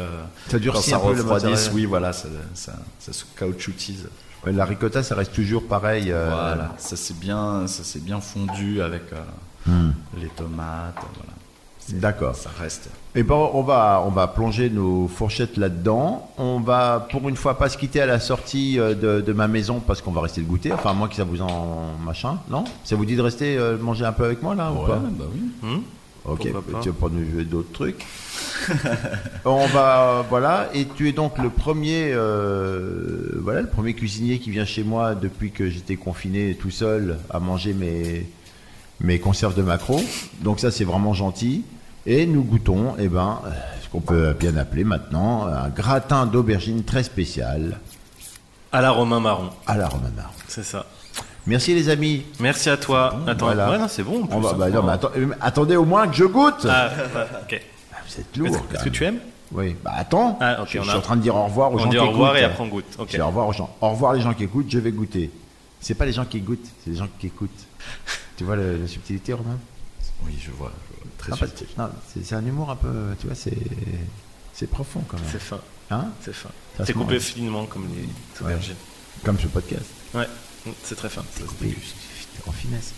[SPEAKER 5] Ça durcit
[SPEAKER 6] quand ça
[SPEAKER 5] un peu, la
[SPEAKER 6] refroidisse.
[SPEAKER 5] mozzarella.
[SPEAKER 6] Oui, voilà, ça, ça, ça se caoutchoutise.
[SPEAKER 5] Ouais, Euh, La ricotta, ça reste toujours pareil. euh,
[SPEAKER 6] Voilà, ça s'est bien, ça s'est bien fondu avec euh, les tomates. Voilà, C'est-
[SPEAKER 5] Hmm. D'accord.
[SPEAKER 6] ça reste.
[SPEAKER 5] Et bon, Eh ben, on va, on va plonger nos fourchettes là-dedans. On va, pour une fois, pas se quitter à la sortie euh, de, de ma maison parce qu'on va rester le goûter. Enfin, moi, que ça vous en machin, non Ça vous dit de rester euh, manger un peu avec moi là ou pas Hmm
[SPEAKER 6] bah oui.
[SPEAKER 5] Ok, tu
[SPEAKER 3] Hmm Pourquoi pas
[SPEAKER 5] vas pas nous jouer
[SPEAKER 3] [laughs]
[SPEAKER 5] d'autres trucs. On va, euh, voilà, et tu es donc le premier, euh, voilà, le premier cuisinier qui vient chez moi depuis que j'étais confiné tout seul à manger mes, mes conserves de maquereau. Donc ça, c'est vraiment gentil. Et nous goûtons, eh ben, euh, ce qu'on peut bien appeler maintenant, un gratin d'aubergine très spécial
[SPEAKER 3] À la Romain Marron,
[SPEAKER 5] à la Romana.
[SPEAKER 3] c'est ça.
[SPEAKER 5] Merci les amis.
[SPEAKER 3] Merci à toi. Attends,
[SPEAKER 5] voilà.
[SPEAKER 3] ouais, non, c'est bon. en
[SPEAKER 5] On
[SPEAKER 3] plus,
[SPEAKER 5] va-
[SPEAKER 3] hein.
[SPEAKER 5] bah, non, mais atten- euh, attendez au moins que je goûte. Ah,
[SPEAKER 3] Ah, ok.
[SPEAKER 5] Vous êtes
[SPEAKER 3] Est-ce
[SPEAKER 5] lourd.
[SPEAKER 3] est-ce que tu aimes
[SPEAKER 5] Oui, bah attends.
[SPEAKER 3] Ah, ok,
[SPEAKER 5] je,
[SPEAKER 3] on
[SPEAKER 5] je
[SPEAKER 3] a-
[SPEAKER 5] suis en train de dire au revoir aux
[SPEAKER 3] On
[SPEAKER 5] gens
[SPEAKER 3] dit
[SPEAKER 5] qui
[SPEAKER 3] au revoir
[SPEAKER 5] écoutent.
[SPEAKER 3] et après on goûte.
[SPEAKER 5] Je
[SPEAKER 3] Ok.
[SPEAKER 5] dis au revoir aux gens. Au revoir les gens qui écoutent, je vais goûter. C'est pas les gens qui goûtent, c'est les gens
[SPEAKER 3] [laughs]
[SPEAKER 5] qui écoutent. tu vois le- la subtilité, Romain
[SPEAKER 6] Oui, je vois. je vois. Très
[SPEAKER 5] Non, parce
[SPEAKER 6] subtil.
[SPEAKER 5] que- non, c'est c'est un humour un peu, tu vois, c'est c'est profond quand même.
[SPEAKER 3] C'est fin,
[SPEAKER 5] Hein
[SPEAKER 3] c'est fin.
[SPEAKER 5] Ça
[SPEAKER 3] C'est
[SPEAKER 5] se
[SPEAKER 3] coupé
[SPEAKER 5] mange.
[SPEAKER 3] finement comme les aubergines.
[SPEAKER 5] Comme ce podcast.
[SPEAKER 3] Ouais, Mm, c'est très fin.
[SPEAKER 5] Et- En finesse.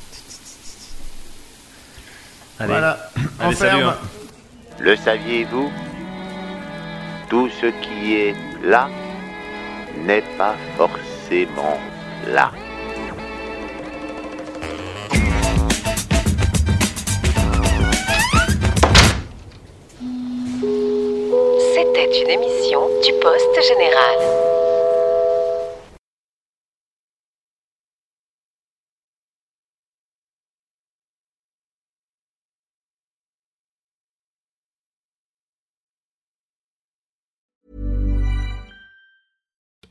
[SPEAKER 3] Allez,
[SPEAKER 5] Voilà.
[SPEAKER 3] Allez,
[SPEAKER 5] on
[SPEAKER 3] salut,
[SPEAKER 5] ferme.
[SPEAKER 3] hein.
[SPEAKER 1] Le saviez-vous Tout ce qui est là n'est pas forcément là.
[SPEAKER 12] C'était une émission du Poste Général.